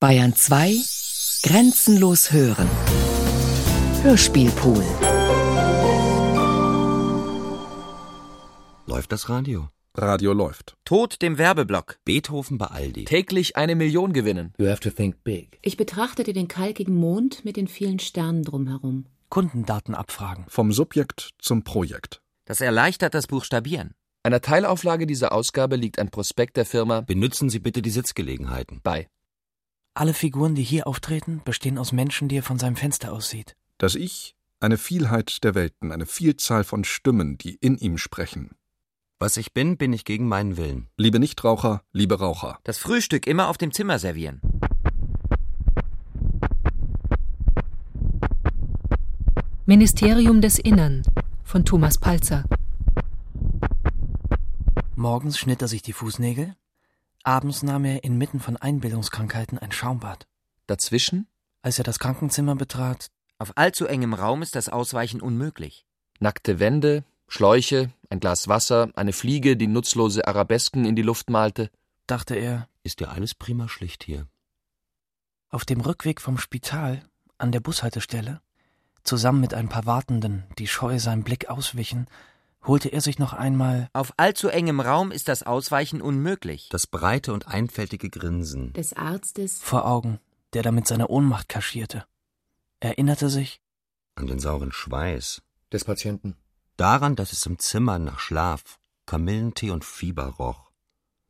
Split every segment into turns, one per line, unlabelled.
Bayern 2 Grenzenlos hören. Hörspielpool.
Läuft das Radio?
Radio läuft.
Tod dem Werbeblock.
Beethoven bei Aldi.
Täglich eine Million gewinnen.
You have to think big.
Ich betrachtete den kalkigen Mond mit den vielen Sternen drumherum.
Kundendaten abfragen.
Vom Subjekt zum Projekt.
Das erleichtert das Buchstabieren.
Einer Teilauflage dieser Ausgabe liegt ein Prospekt der Firma
Benützen Sie bitte die Sitzgelegenheiten.
bei.
Alle Figuren, die hier auftreten, bestehen aus Menschen, die er von seinem Fenster aussieht.
Das Ich, eine Vielheit der Welten, eine Vielzahl von Stimmen, die in ihm sprechen.
Was ich bin, bin ich gegen meinen Willen.
Liebe Nichtraucher, liebe Raucher.
Das Frühstück immer auf dem Zimmer servieren.
Ministerium des Innern von Thomas Palzer.
Morgens schnitt er sich die Fußnägel. Abends nahm er inmitten von Einbildungskrankheiten ein Schaumbad.
Dazwischen
Als er das Krankenzimmer betrat,
Auf allzu engem Raum ist das Ausweichen unmöglich.
nackte Wände, Schläuche, ein Glas Wasser, eine Fliege, die nutzlose Arabesken in die Luft malte.
dachte er,
Ist ja alles prima schlicht hier.
auf dem Rückweg vom Spital, an der Bushaltestelle, zusammen mit ein paar Wartenden, die scheu seinem Blick auswichen, holte er sich noch einmal
Auf allzu engem Raum ist das Ausweichen unmöglich.
Das breite und einfältige Grinsen.
Des Arztes
vor Augen, der damit seine Ohnmacht kaschierte. Erinnerte sich,
An den sauren Schweiß.
Des Patienten.
Daran, dass es im Zimmer nach Schlaf, Kamillentee und Fieber roch.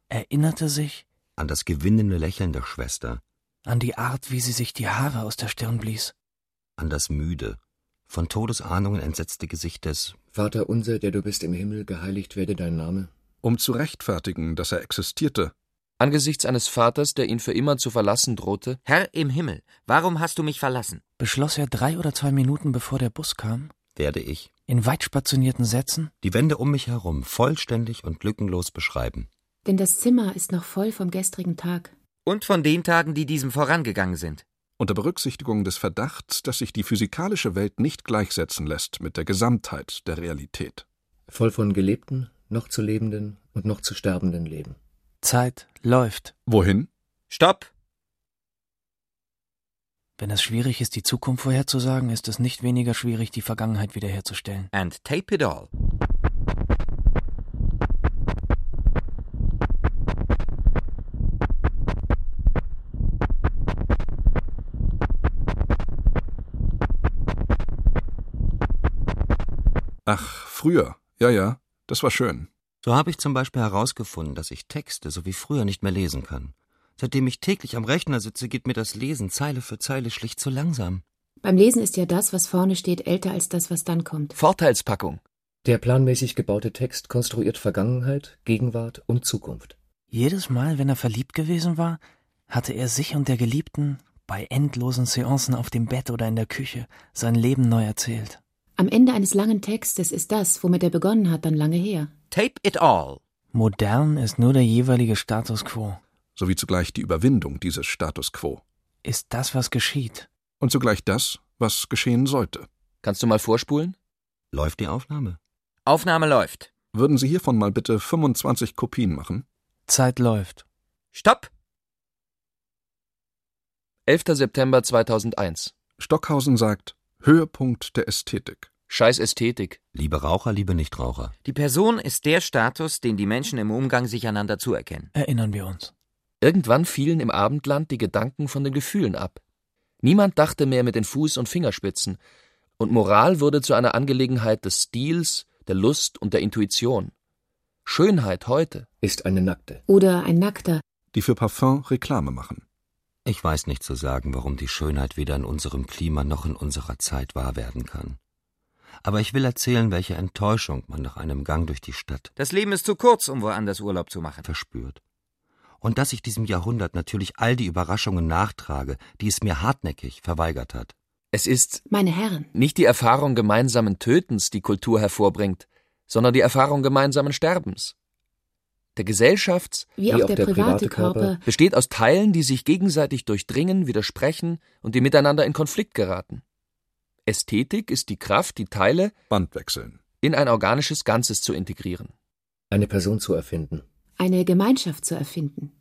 erinnerte sich
An das gewinnende Lächeln der Schwester.
an die Art, wie sie sich die Haare aus der Stirn blies.
An das müde, von Todesahnungen entsetzte Gesicht des.
Vater unser, der du bist im Himmel, geheiligt werde dein Name.
Um zu rechtfertigen, dass er existierte.
Angesichts eines Vaters, der ihn für immer zu verlassen drohte,
Herr im Himmel, warum hast du mich verlassen?
Beschloss er drei oder zwei Minuten bevor der Bus kam,
Werde ich.
in weit spationierten Sätzen,
Die Wände um mich herum vollständig und lückenlos beschreiben.
Denn das Zimmer ist noch voll vom gestrigen Tag.
Und von den Tagen, die diesem vorangegangen sind.
Unter Berücksichtigung des Verdachts, dass sich die physikalische Welt nicht gleichsetzen lässt mit der Gesamtheit der Realität.
Voll von gelebten, noch zu lebenden und noch zu sterbenden Leben.
Zeit läuft.
Wohin?
Stopp!
Wenn es schwierig ist, die Zukunft vorherzusagen, ist es nicht weniger schwierig, die Vergangenheit wiederherzustellen.
And tape it all.
Ach, früher. Ja, ja, das war schön.
So habe ich zum Beispiel herausgefunden, dass ich Texte so wie früher nicht mehr lesen kann. Seitdem ich täglich am Rechner sitze, geht mir das Lesen Zeile für Zeile schlicht zu langsam.
Beim Lesen ist ja das, was vorne steht, älter als das, was dann kommt.
Vorteilspackung.
Der planmäßig gebaute Text konstruiert Vergangenheit, Gegenwart und Zukunft.
Jedes Mal, wenn er verliebt gewesen war, hatte er sich und der Geliebten bei endlosen Seancen auf dem Bett oder in der Küche sein Leben neu erzählt.
Am Ende eines langen Textes ist das, womit er begonnen hat, dann lange her.
Tape it all.
Modern ist nur der jeweilige Status quo,
Sowie zugleich die Überwindung dieses Status quo.
ist das, was geschieht.
Und zugleich das, was geschehen sollte.
Kannst du mal vorspulen?
Läuft die Aufnahme?
Aufnahme läuft.
Würden Sie hiervon mal bitte 25 Kopien machen?
Zeit läuft.
Stopp!
11. September 2001.
Stockhausen sagt Höhepunkt der Ästhetik.
Scheiß Ästhetik.
Liebe Raucher, liebe Nichtraucher.
Die Person ist der Status, den die Menschen im Umgang sich einander zuerkennen.
Erinnern wir uns.
Irgendwann fielen im Abendland die Gedanken von den Gefühlen ab. Niemand dachte mehr mit den Fuß- und Fingerspitzen, und Moral wurde zu einer Angelegenheit des Stils, der Lust und der Intuition. Schönheit heute.
Ist eine nackte.
Oder ein Nackter,
die für Parfum Reklame machen.
Ich weiß nicht zu sagen, warum die Schönheit weder in unserem Klima noch in unserer Zeit wahr werden kann. Aber ich will erzählen, welche Enttäuschung man nach einem Gang durch die Stadt
Das Leben ist zu kurz, um woanders Urlaub zu machen.
verspürt. Und dass ich diesem Jahrhundert natürlich all die Überraschungen nachtrage, die es mir hartnäckig verweigert hat.
Es ist
meine Herren.
nicht die Erfahrung gemeinsamen Tötens, die Kultur hervorbringt, sondern die Erfahrung gemeinsamen Sterbens. Der Gesellschafts-
Wie, auch, der, private, Körper,
besteht aus Teilen, die sich gegenseitig durchdringen, widersprechen und die miteinander in Konflikt geraten. Ästhetik ist die Kraft, die Teile
Band wechseln.
in ein organisches Ganzes zu integrieren.
Eine Person zu erfinden.
eine Gemeinschaft zu erfinden.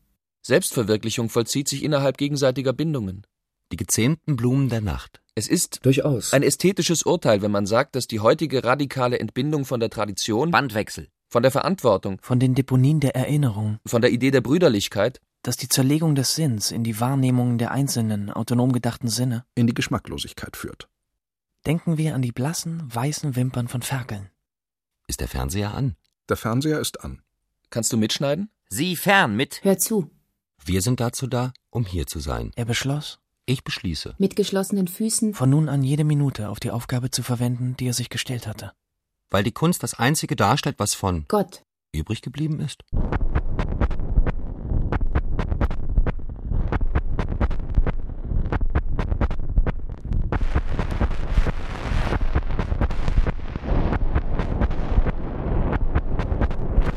Selbstverwirklichung vollzieht sich innerhalb gegenseitiger Bindungen.
Die gezähmten Blumen der Nacht.
Es ist
Durchaus.
ein ästhetisches Urteil, wenn man sagt, dass die heutige radikale Entbindung von der Tradition,
Bandwechsel.
von der Verantwortung,
Von den Deponien der Erinnerung,
von der Idee der Brüderlichkeit
dass die Zerlegung des Sinns in die Wahrnehmungen der einzelnen, autonom gedachten Sinne,
in die Geschmacklosigkeit führt.
denken wir an die blassen, weißen Wimpern von Ferkeln.
Ist der Fernseher an?
Der Fernseher ist an.
Kannst du mitschneiden?
Sie fern mit
Hör zu.
Wir sind dazu da, um hier zu sein.
Er beschloss,
Ich beschließe.
Mit geschlossenen Füßen.
von nun an jede Minute auf die Aufgabe zu verwenden, die er sich gestellt hatte.
Weil die Kunst das Einzige darstellt, was von
Gott.
übrig geblieben ist.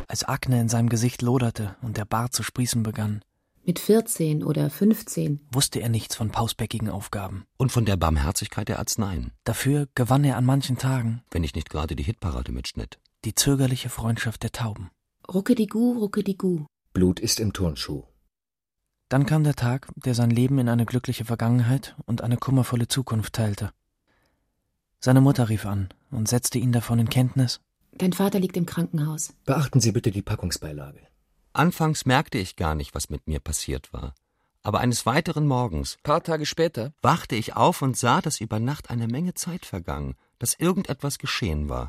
Als Akne in seinem Gesicht loderte und der Bart zu sprießen begann,
Mit 14 oder 15.
wusste er nichts von pausbäckigen Aufgaben.
Und von der Barmherzigkeit der Arzneien,
Dafür gewann er an manchen Tagen
wenn ich nicht gerade die Hitparade mitschnitt.
die zögerliche Freundschaft der Tauben.
Ruckedigu, ruckedigu.
Blut ist im Turnschuh.
Dann kam der Tag, der sein Leben in eine glückliche Vergangenheit und eine kummervolle Zukunft teilte. Seine Mutter rief an und setzte ihn davon in Kenntnis,
Dein Vater liegt im Krankenhaus.
Beachten Sie bitte die Packungsbeilage.
Anfangs merkte ich gar nicht, was mit mir passiert war. Aber eines weiteren Morgens
Paar Tage später
wachte ich auf und sah, dass über Nacht eine Menge Zeit vergangen, dass irgendetwas geschehen war.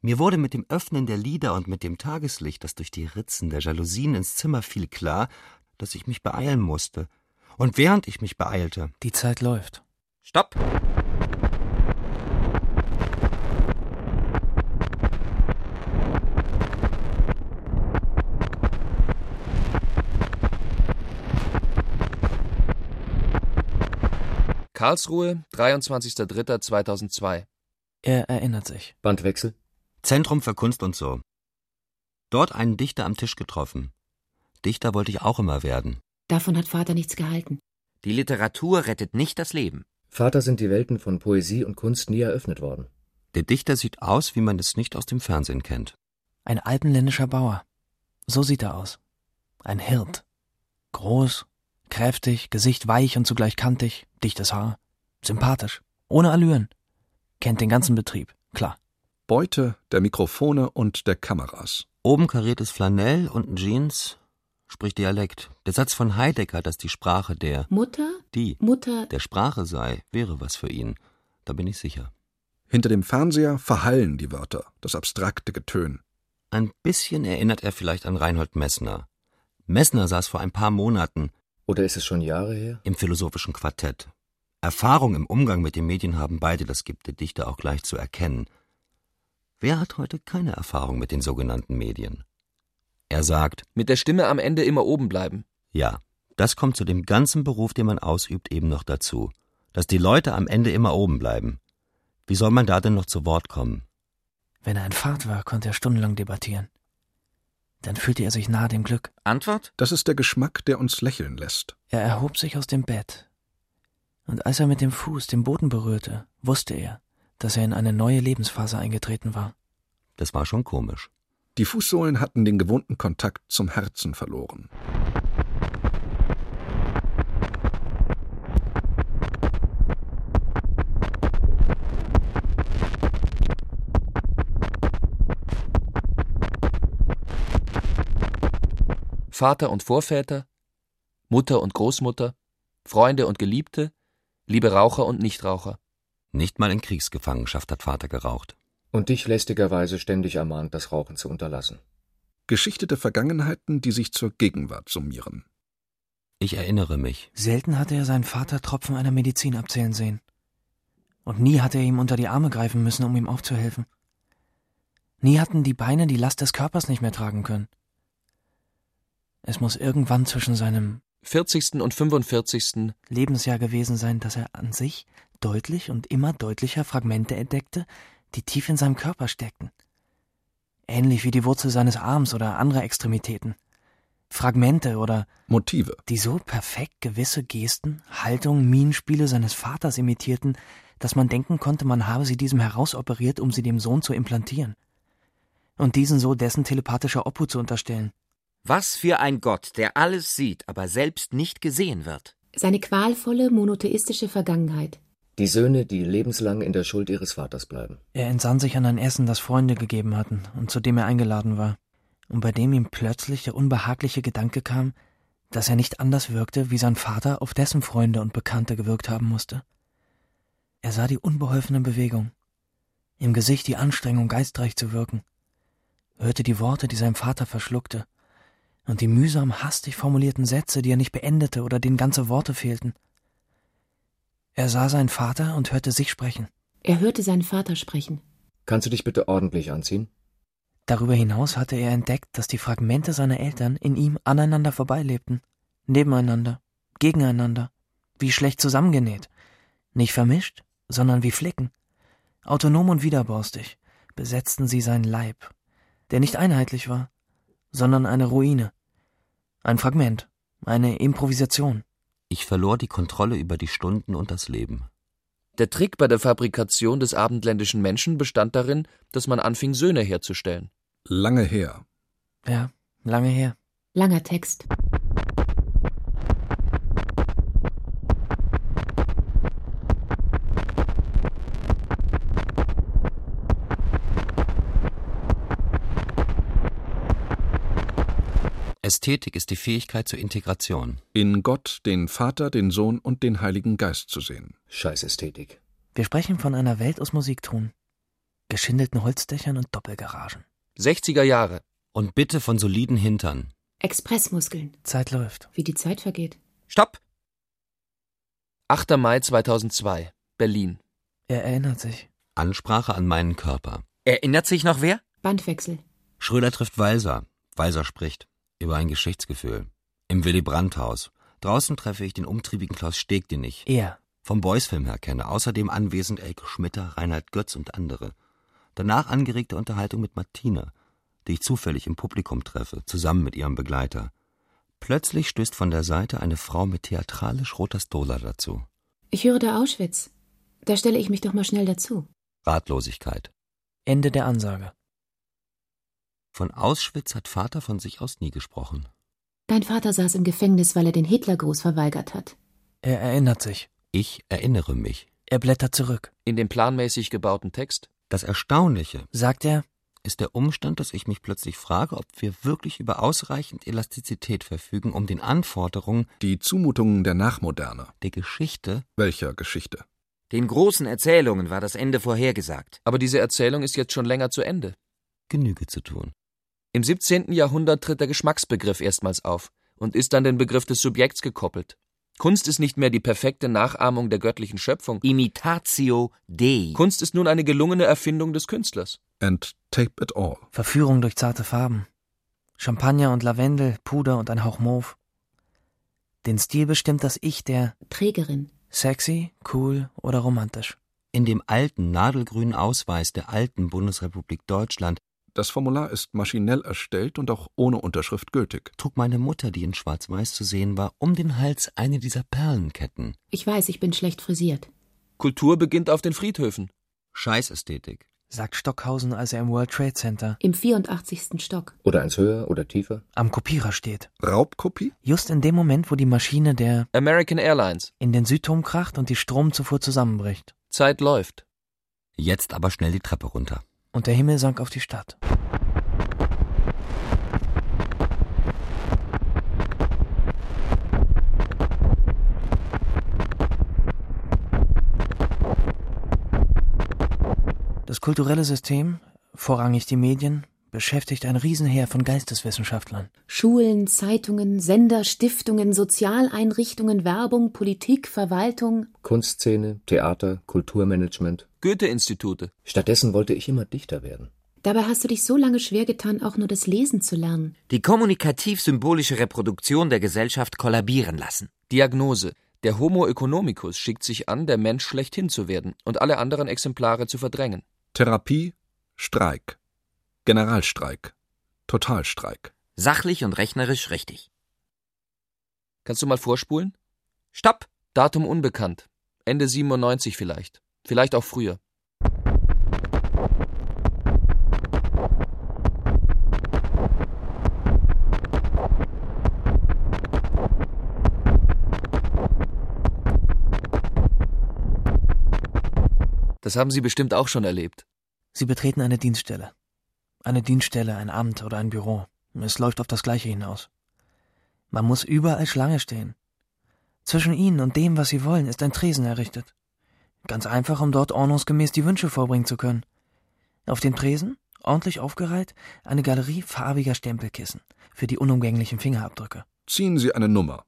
Mir wurde mit dem Öffnen der Lider und mit dem Tageslicht, das durch die Ritzen der Jalousien ins Zimmer fiel, klar, dass ich mich beeilen musste. Und während ich mich beeilte,
die Zeit läuft.
Stopp.
Karlsruhe, 23.03.2002.
Er erinnert sich.
Bandwechsel.
Zentrum für Kunst und so. Dort einen Dichter am Tisch getroffen. Dichter wollte ich auch immer werden.
Davon hat Vater nichts gehalten.
Die Literatur rettet nicht das Leben.
Vater sind die Welten von Poesie und Kunst nie eröffnet worden.
Der Dichter sieht aus, wie man es nicht aus dem Fernsehen kennt.
Ein alpenländischer Bauer. So sieht er aus. Ein Hirt. Groß, kräftig, Gesicht weich und zugleich kantig, dichtes Haar. Sympathisch. Ohne Allüren. Kennt den ganzen Betrieb, klar.
Beute der Mikrofone und der Kameras.
Oben kariertes Flanell, unten Jeans, spricht Dialekt. Der Satz von Heidegger, dass die Sprache der,
Mutter?
die,
Mutter.
der Sprache sei, wäre was für ihn. Da bin ich sicher.
Hinter dem Fernseher verhallen die Wörter, das abstrakte Getön.
Ein bisschen erinnert er vielleicht an Reinhold Messner. Messner saß vor ein paar Monaten
Oder ist es schon Jahre her?
im philosophischen Quartett. Erfahrung im Umgang mit den Medien haben beide, das gibt der Dichter auch gleich zu erkennen. Wer hat heute keine Erfahrung mit den sogenannten Medien? Er sagt,
Mit der Stimme am Ende immer oben bleiben.
ja, das kommt zu dem ganzen Beruf, den man ausübt, eben noch dazu, dass die Leute am Ende immer oben bleiben. Wie soll man da denn noch zu Wort kommen?
Wenn er in Fahrt war, konnte er stundenlang debattieren. Dann fühlte er sich nahe dem Glück.
Antwort?
Das ist der Geschmack, der uns lächeln lässt.
Er erhob sich aus dem Bett. Und als er mit dem Fuß den Boden berührte, wusste er, dass er in eine neue Lebensphase eingetreten war.
Das war schon komisch.
Die Fußsohlen hatten den gewohnten Kontakt zum Herzen verloren.
Vater und Vorväter, Mutter und Großmutter, Freunde und Geliebte, liebe Raucher und Nichtraucher.
Nicht mal in Kriegsgefangenschaft hat Vater geraucht.
Und dich lästigerweise ständig ermahnt, das Rauchen zu unterlassen.
Geschichte der Vergangenheiten, die sich zur Gegenwart summieren.
Ich erinnere mich.
Selten hatte er seinen Vater Tropfen einer Medizin abzählen sehen. Und nie hatte er ihm unter die Arme greifen müssen, um ihm aufzuhelfen. Nie hatten die Beine die Last des Körpers nicht mehr tragen können. Es muss irgendwann zwischen seinem
40. und 45.
Lebensjahr gewesen sein, dass er an sich deutlich und immer deutlicher Fragmente entdeckte, die tief in seinem Körper steckten. Ähnlich wie die Wurzel seines Arms oder anderer Extremitäten. Fragmente oder
Motive.
die so perfekt gewisse Gesten, Haltungen, Mienenspiele seines Vaters imitierten, dass man denken konnte, man habe sie diesem herausoperiert, um sie dem Sohn zu implantieren. Und diesen so dessen telepathischer Obhut zu unterstellen.
Was für ein Gott, der alles sieht, aber selbst nicht gesehen wird.
Seine qualvolle, monotheistische Vergangenheit.
Die Söhne, die lebenslang in der Schuld ihres Vaters bleiben.
Er entsann sich an ein Essen, das Freunde gegeben hatten und zu dem er eingeladen war, und bei dem ihm plötzlich der unbehagliche Gedanke kam, dass er nicht anders wirkte, wie sein Vater auf dessen Freunde und Bekannte gewirkt haben musste. Er sah die unbeholfene Bewegung, im Gesicht die Anstrengung, geistreich zu wirken, hörte die Worte, die sein Vater verschluckte, und die mühsam hastig formulierten Sätze, die er nicht beendete oder denen ganze Worte fehlten. Er sah seinen Vater und hörte sich sprechen.
Er hörte seinen Vater sprechen.
Kannst du dich bitte ordentlich anziehen?
Darüber hinaus hatte er entdeckt, dass die Fragmente seiner Eltern in ihm aneinander vorbeilebten, nebeneinander, gegeneinander, wie schlecht zusammengenäht, nicht vermischt, sondern wie Flicken. Autonom und widerborstig besetzten sie seinen Leib, der nicht einheitlich war, sondern eine Ruine, ein Fragment, eine Improvisation.
Ich verlor die Kontrolle über die Stunden und das Leben.
Der Trick bei der Fabrikation des abendländischen Menschen bestand darin, dass man anfing, Söhne herzustellen.
Lange her.
Ja, lange her.
Langer Text.
Ästhetik ist die Fähigkeit zur Integration.
In Gott den Vater, den Sohn und den Heiligen Geist zu sehen.
Scheiß Ästhetik.
Wir sprechen von einer Welt aus Musikton, geschindelten Holzdächern und Doppelgaragen.
60er Jahre.
Und bitte von soliden Hintern.
Expressmuskeln.
Zeit läuft.
Wie die Zeit vergeht.
Stopp!
8. Mai 2002. Berlin.
Er erinnert sich.
Ansprache an meinen Körper.
Erinnert sich noch wer?
Bandwechsel.
Schröder trifft Walser. Walser spricht über ein Geschichtsgefühl. Im Willy Brandt-Haus. Draußen treffe ich den umtriebigen Klaus Steg, den ich
Er.
vom Boys-Film her kenne. Außerdem anwesend Elke Schmitter, Reinhard Götz und andere. Danach angeregte Unterhaltung mit Martina, die ich zufällig im Publikum treffe, zusammen mit ihrem Begleiter. Plötzlich stößt von der Seite eine Frau mit theatralisch roter Stola dazu.
Ich höre da Auschwitz. Da stelle ich mich doch mal schnell dazu.
Ratlosigkeit.
Ende der Ansage.
Von Auschwitz hat Vater von sich aus nie gesprochen.
Dein Vater saß im Gefängnis, weil er den Hitlergruß verweigert hat.
Er erinnert sich.
Ich erinnere mich.
Er blättert zurück.
In dem planmäßig gebauten Text.
Das Erstaunliche
Sagt er,
ist der Umstand, dass ich mich plötzlich frage, ob wir wirklich über ausreichend Elastizität verfügen, um den Anforderungen
Die Zumutungen der Nachmoderne.
der Geschichte
Welcher Geschichte?
Den großen Erzählungen war das Ende vorhergesagt.
Aber diese Erzählung ist jetzt schon länger zu Ende.
Genüge zu tun.
Im 17. Jahrhundert tritt der Geschmacksbegriff erstmals auf und ist an den Begriff des Subjekts gekoppelt. Kunst ist nicht mehr die perfekte Nachahmung der göttlichen Schöpfung.
Imitatio Dei.
Kunst ist nun eine gelungene Erfindung des Künstlers.
And tape it all.
Verführung durch zarte Farben. Champagner und Lavendel, Puder und ein Hauch Mauve. Den Stil bestimmt das Ich der
Trägerin.
sexy, cool oder romantisch.
In dem alten, nadelgrünen Ausweis der alten Bundesrepublik Deutschland
Das Formular ist maschinell erstellt und auch ohne Unterschrift gültig.
trug meine Mutter, die in schwarz-weiß zu sehen war, um den Hals eine dieser Perlenketten.
Ich weiß, ich bin schlecht frisiert.
Kultur beginnt auf den Friedhöfen.
Scheißästhetik.
Sagt Stockhausen, als er im World Trade Center
Im 84. Stock.
Oder eins höher oder tiefer?
am Kopierer steht.
Raubkopie?
Just in dem Moment, wo die Maschine der
American Airlines.
in den Südturm kracht und die Stromzufuhr zusammenbricht.
Zeit läuft.
Jetzt aber schnell die Treppe runter.
Und der Himmel sank auf die Stadt. Das kulturelle System, vorrangig die Medien, beschäftigt ein Riesenheer von Geisteswissenschaftlern.
Schulen, Zeitungen, Sender, Stiftungen, Sozialeinrichtungen, Werbung, Politik, Verwaltung.
Kunstszene, Theater, Kulturmanagement.
Goethe-Institute.
Stattdessen wollte ich immer Dichter werden.
Dabei hast du dich so lange schwer getan, auch nur das Lesen zu lernen.
Die kommunikativ-symbolische Reproduktion der Gesellschaft kollabieren lassen.
Diagnose. Der Homo economicus schickt sich an, der Mensch schlechthin zu werden und alle anderen Exemplare zu verdrängen.
Therapie? Streik. Generalstreik. Totalstreik.
Sachlich und rechnerisch richtig.
Kannst du mal vorspulen?
Stopp!
Datum unbekannt. Ende 97 vielleicht. Vielleicht auch früher. Das haben Sie bestimmt auch schon erlebt.
Sie betreten eine Dienststelle. Eine Dienststelle, ein Amt oder ein Büro. Es läuft auf das Gleiche hinaus. Man muss überall Schlange stehen. Zwischen Ihnen und dem, was Sie wollen, ist ein Tresen errichtet. Ganz einfach, um dort ordnungsgemäß die Wünsche vorbringen zu können. Auf dem Tresen, ordentlich aufgereiht, eine Galerie farbiger Stempelkissen für die unumgänglichen Fingerabdrücke.
Ziehen Sie eine Nummer.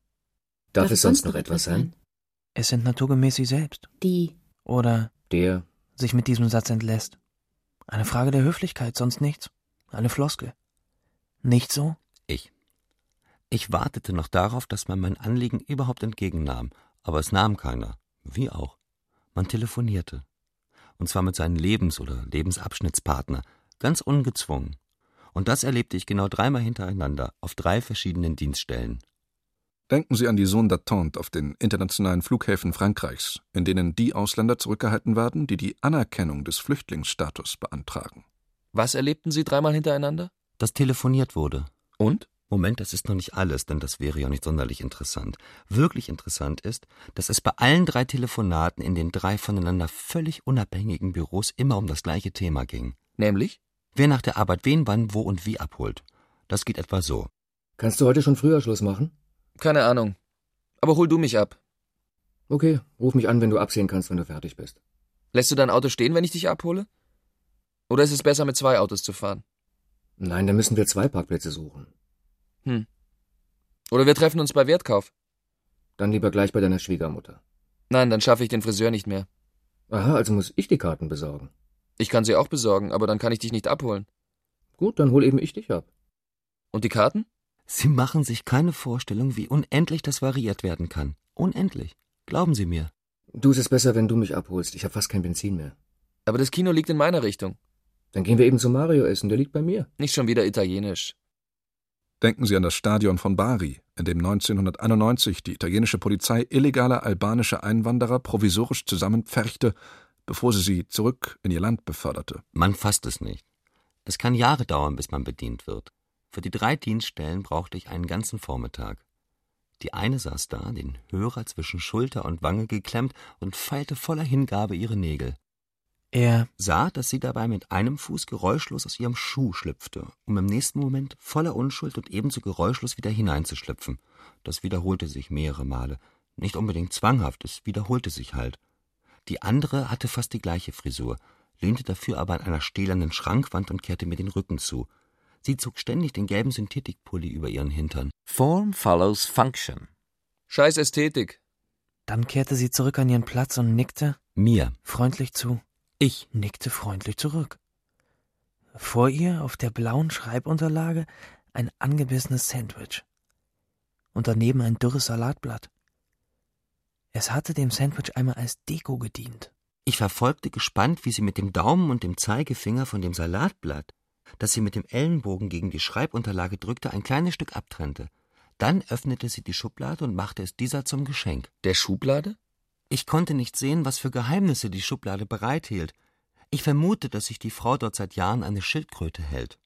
Darf es sonst noch etwas sein?
Es sind naturgemäß Sie selbst.
Die.
Oder
Der,
sich mit diesem Satz entlässt. Eine Frage der Höflichkeit, sonst nichts. Eine Floskel. Nicht so?
Ich. Ich wartete noch darauf, dass man mein Anliegen überhaupt entgegennahm, aber es nahm keiner. Wie auch. Man telefonierte. Und zwar mit seinem Lebens- oder Lebensabschnittspartner, ganz ungezwungen. Und das erlebte ich genau dreimal hintereinander, auf drei verschiedenen Dienststellen.
Denken Sie an die Zone d'attente auf den internationalen Flughäfen Frankreichs, in denen die Ausländer zurückgehalten werden, die die Anerkennung des Flüchtlingsstatus beantragen.
Was erlebten Sie dreimal hintereinander?
Dass telefoniert wurde.
Und?
Moment, das ist noch nicht alles, denn das wäre ja nicht sonderlich interessant. Wirklich interessant ist, dass es bei allen drei Telefonaten in den drei voneinander völlig unabhängigen Büros immer um das gleiche Thema ging.
Nämlich?
Wer nach der Arbeit wen, wann, wo und wie abholt. Das geht etwa so.
kannst du heute schon früher Schluss machen?
Keine Ahnung. Aber hol du mich ab.
Okay, ruf mich an, wenn du absehen kannst, wenn du fertig bist.
Lässt du dein Auto stehen, wenn ich dich abhole? Oder ist es besser, mit zwei Autos zu fahren?
Nein, dann müssen wir zwei Parkplätze suchen.
Oder wir treffen uns bei Wertkauf.
Dann lieber gleich bei deiner Schwiegermutter.
Nein, dann schaffe ich den Friseur nicht mehr.
Aha, also muss ich die Karten besorgen.
Ich kann sie auch besorgen, aber dann kann ich dich nicht abholen.
Gut, dann hol eben ich dich ab.
Und die Karten?
Sie machen sich keine Vorstellung, wie unendlich das variiert werden kann. Unendlich. Glauben Sie mir.
Du, es ist besser, wenn du mich abholst. Ich habe fast kein Benzin mehr.
Aber das Kino liegt in meiner Richtung.
Dann gehen wir eben zu Mario essen, der liegt bei mir.
Nicht schon wieder italienisch.
Denken Sie an das Stadion von Bari, in dem 1991 die italienische Polizei illegale albanische Einwanderer provisorisch zusammenpferchte, bevor sie sie zurück in ihr Land beförderte.
Man fasst es nicht. Es kann Jahre dauern, bis man bedient wird. Für die drei Dienststellen brauchte ich einen ganzen Vormittag. Die eine saß da, den Hörer zwischen Schulter und Wange geklemmt und feilte voller Hingabe ihre Nägel,
Er
sah, dass sie dabei mit einem Fuß geräuschlos aus ihrem Schuh schlüpfte, um im nächsten Moment voller Unschuld und ebenso geräuschlos wieder hineinzuschlüpfen. Das wiederholte sich mehrere Male. Nicht unbedingt zwanghaft, es wiederholte sich halt. Die andere hatte fast die gleiche Frisur, lehnte dafür aber an einer stählernen Schrankwand und kehrte mir den Rücken zu. Sie zog ständig den gelben Synthetikpulli über ihren Hintern.
Form follows function.
Scheiß Ästhetik.
Dann kehrte sie zurück an ihren Platz und nickte
Mir.
freundlich zu,
Ich.
nickte freundlich zurück. Vor ihr auf der blauen Schreibunterlage ein angebissenes Sandwich und daneben ein dürres Salatblatt. Es hatte dem Sandwich einmal als Deko gedient.
Ich verfolgte gespannt, wie sie mit dem Daumen und dem Zeigefinger von dem Salatblatt, das sie mit dem Ellenbogen gegen die Schreibunterlage drückte, ein kleines Stück abtrennte. Dann öffnete sie die Schublade und machte es dieser zum Geschenk.
Der Schublade?
Ich konnte nicht sehen, was für Geheimnisse die Schublade bereithielt. Ich vermute, dass sich die Frau dort seit Jahren eine Schildkröte hält.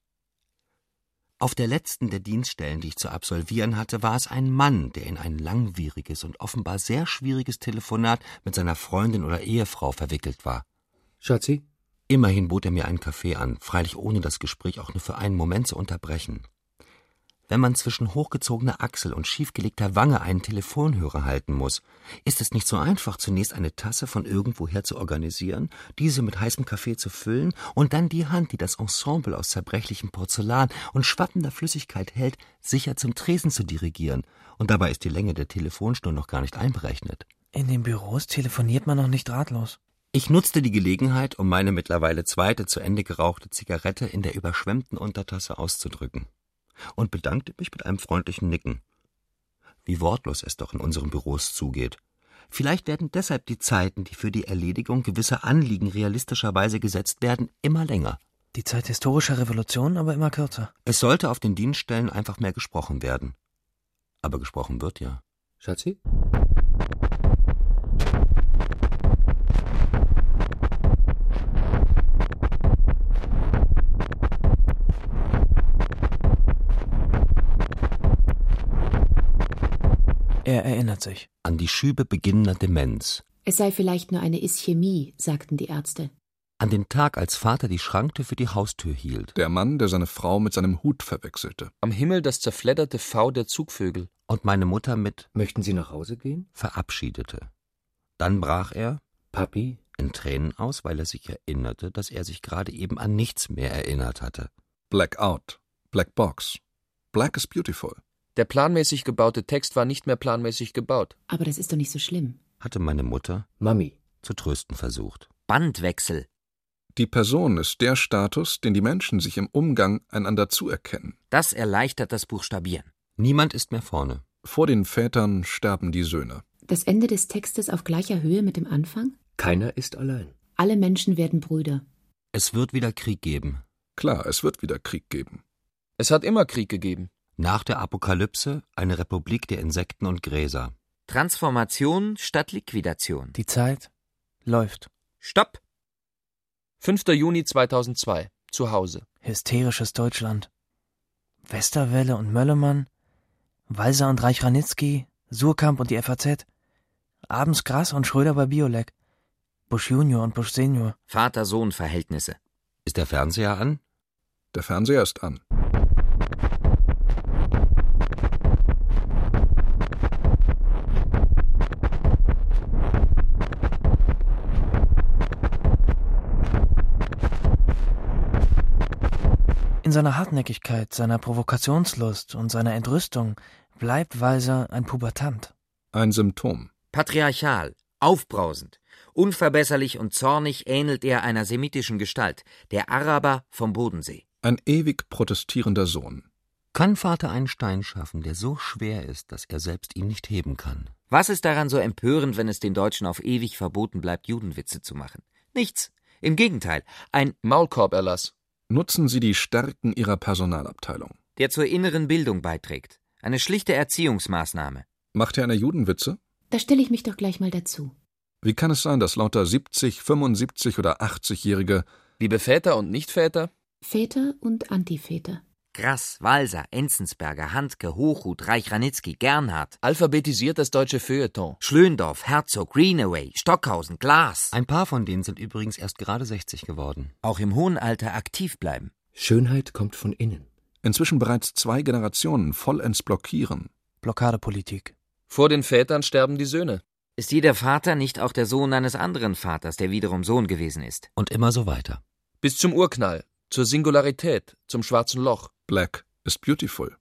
Auf der letzten der Dienststellen, die ich zu absolvieren hatte, war es ein Mann, der in ein langwieriges und offenbar sehr schwieriges Telefonat mit seiner Freundin oder Ehefrau verwickelt war.
Schatzi,
Immerhin bot er mir einen Kaffee an, freilich ohne das Gespräch auch nur für einen Moment zu unterbrechen. Wenn man zwischen hochgezogener Achsel und schiefgelegter Wange einen Telefonhörer halten muss, ist es nicht so einfach, zunächst eine Tasse von irgendwoher zu organisieren, diese mit heißem Kaffee zu füllen und dann die Hand, die das Ensemble aus zerbrechlichem Porzellan und schwappender Flüssigkeit hält, sicher zum Tresen zu dirigieren. Und dabei ist die Länge der Telefonschnur noch gar nicht einberechnet.
In den Büros telefoniert man noch nicht drahtlos.
Ich nutzte die Gelegenheit, um meine mittlerweile zweite zu Ende gerauchte Zigarette in der überschwemmten Untertasse auszudrücken und bedankte mich mit einem freundlichen Nicken. Wie wortlos es doch in unseren Büros zugeht. Vielleicht werden deshalb die Zeiten, die für die Erledigung gewisser Anliegen realistischerweise gesetzt werden, immer länger.
Die Zeit historischer Revolution aber immer kürzer.
Es sollte auf den Dienststellen einfach mehr gesprochen werden. Aber gesprochen wird ja.
Schatzi?
Er erinnert sich.
An die Schübe beginnender Demenz.
Es sei vielleicht nur eine Ischämie, sagten die Ärzte.
An dem Tag, als Vater die Schranke für die Haustür hielt.
Der Mann, der seine Frau mit seinem Hut verwechselte.
Am Himmel das zerfledderte V der Zugvögel.
Und meine Mutter mit
Möchten Sie nach Hause gehen?
verabschiedete. Dann brach er
Papi?
in Tränen aus, weil er sich erinnerte, dass er sich gerade eben an nichts mehr erinnert hatte.
Blackout. Black Box. Black is beautiful.
Der planmäßig gebaute Text war nicht mehr planmäßig gebaut.
Aber das ist doch nicht so schlimm.
Hatte meine Mutter
Mami.
zu trösten versucht.
Bandwechsel.
Die Person ist der Status, den die Menschen sich im Umgang einander zuerkennen.
Das erleichtert das Buchstabieren.
Niemand ist mehr vorne.
Vor den Vätern sterben die Söhne.
Das Ende des Textes auf gleicher Höhe mit dem Anfang?
Keiner ist allein.
Alle Menschen werden Brüder.
Es wird wieder Krieg geben.
Klar, es wird wieder Krieg geben.
Es hat immer Krieg gegeben.
Nach der Apokalypse eine Republik der Insekten und Gräser.
Transformation statt Liquidation.
Die Zeit läuft.
Stopp!
5. Juni 2002. Zu Hause.
Hysterisches Deutschland. Westerwelle und Möllemann, Walser und reich Ranitzky, Surkamp und die FAZ, abends Gras und Schröder bei Biolek, Bush Junior und Bush Senior.
Vater-Sohn-Verhältnisse.
Ist der Fernseher an?
Der Fernseher ist an.
In seiner Hartnäckigkeit, seiner Provokationslust und seiner Entrüstung bleibt Walser ein Pubertant.
Ein Symptom.
Patriarchal, aufbrausend. Unverbesserlich und zornig ähnelt er einer semitischen Gestalt, der Araber vom Bodensee.
Ein ewig protestierender Sohn.
Kann Vater einen Stein schaffen, der so schwer ist, dass er selbst ihn nicht heben kann?
Was ist daran so empörend, wenn es den Deutschen auf ewig verboten bleibt, Judenwitze zu machen? Nichts. Im Gegenteil, ein,
Maulkorberlass.
Nutzen Sie die Stärken Ihrer Personalabteilung.
der zur inneren Bildung beiträgt. Eine schlichte Erziehungsmaßnahme.
Macht er eine Judenwitze?
Da stelle ich mich doch gleich mal dazu.
Wie kann es sein, dass lauter 70, 75 oder 80-Jährige
Liebe Väter und Nichtväter,
Väter und Antiväter.
Grass, Walser, Enzensberger, Handke, Hochhut, Reich Ranitzky, Gernhardt,
alphabetisiert das deutsche Feuilleton.
Schlöndorf, Herzog, Greenaway, Stockhausen, Glas.
Ein paar von denen sind übrigens erst gerade 60 geworden.
Auch im hohen Alter aktiv bleiben.
Schönheit kommt von innen.
inzwischen bereits zwei Generationen vollends blockieren?
Blockadepolitik.
Vor den Vätern sterben die Söhne.
Ist jeder Vater nicht auch der Sohn eines anderen Vaters, der wiederum Sohn gewesen ist?
Und immer so weiter.
Bis zum Urknall, zur Singularität, zum schwarzen Loch.
Black is beautiful.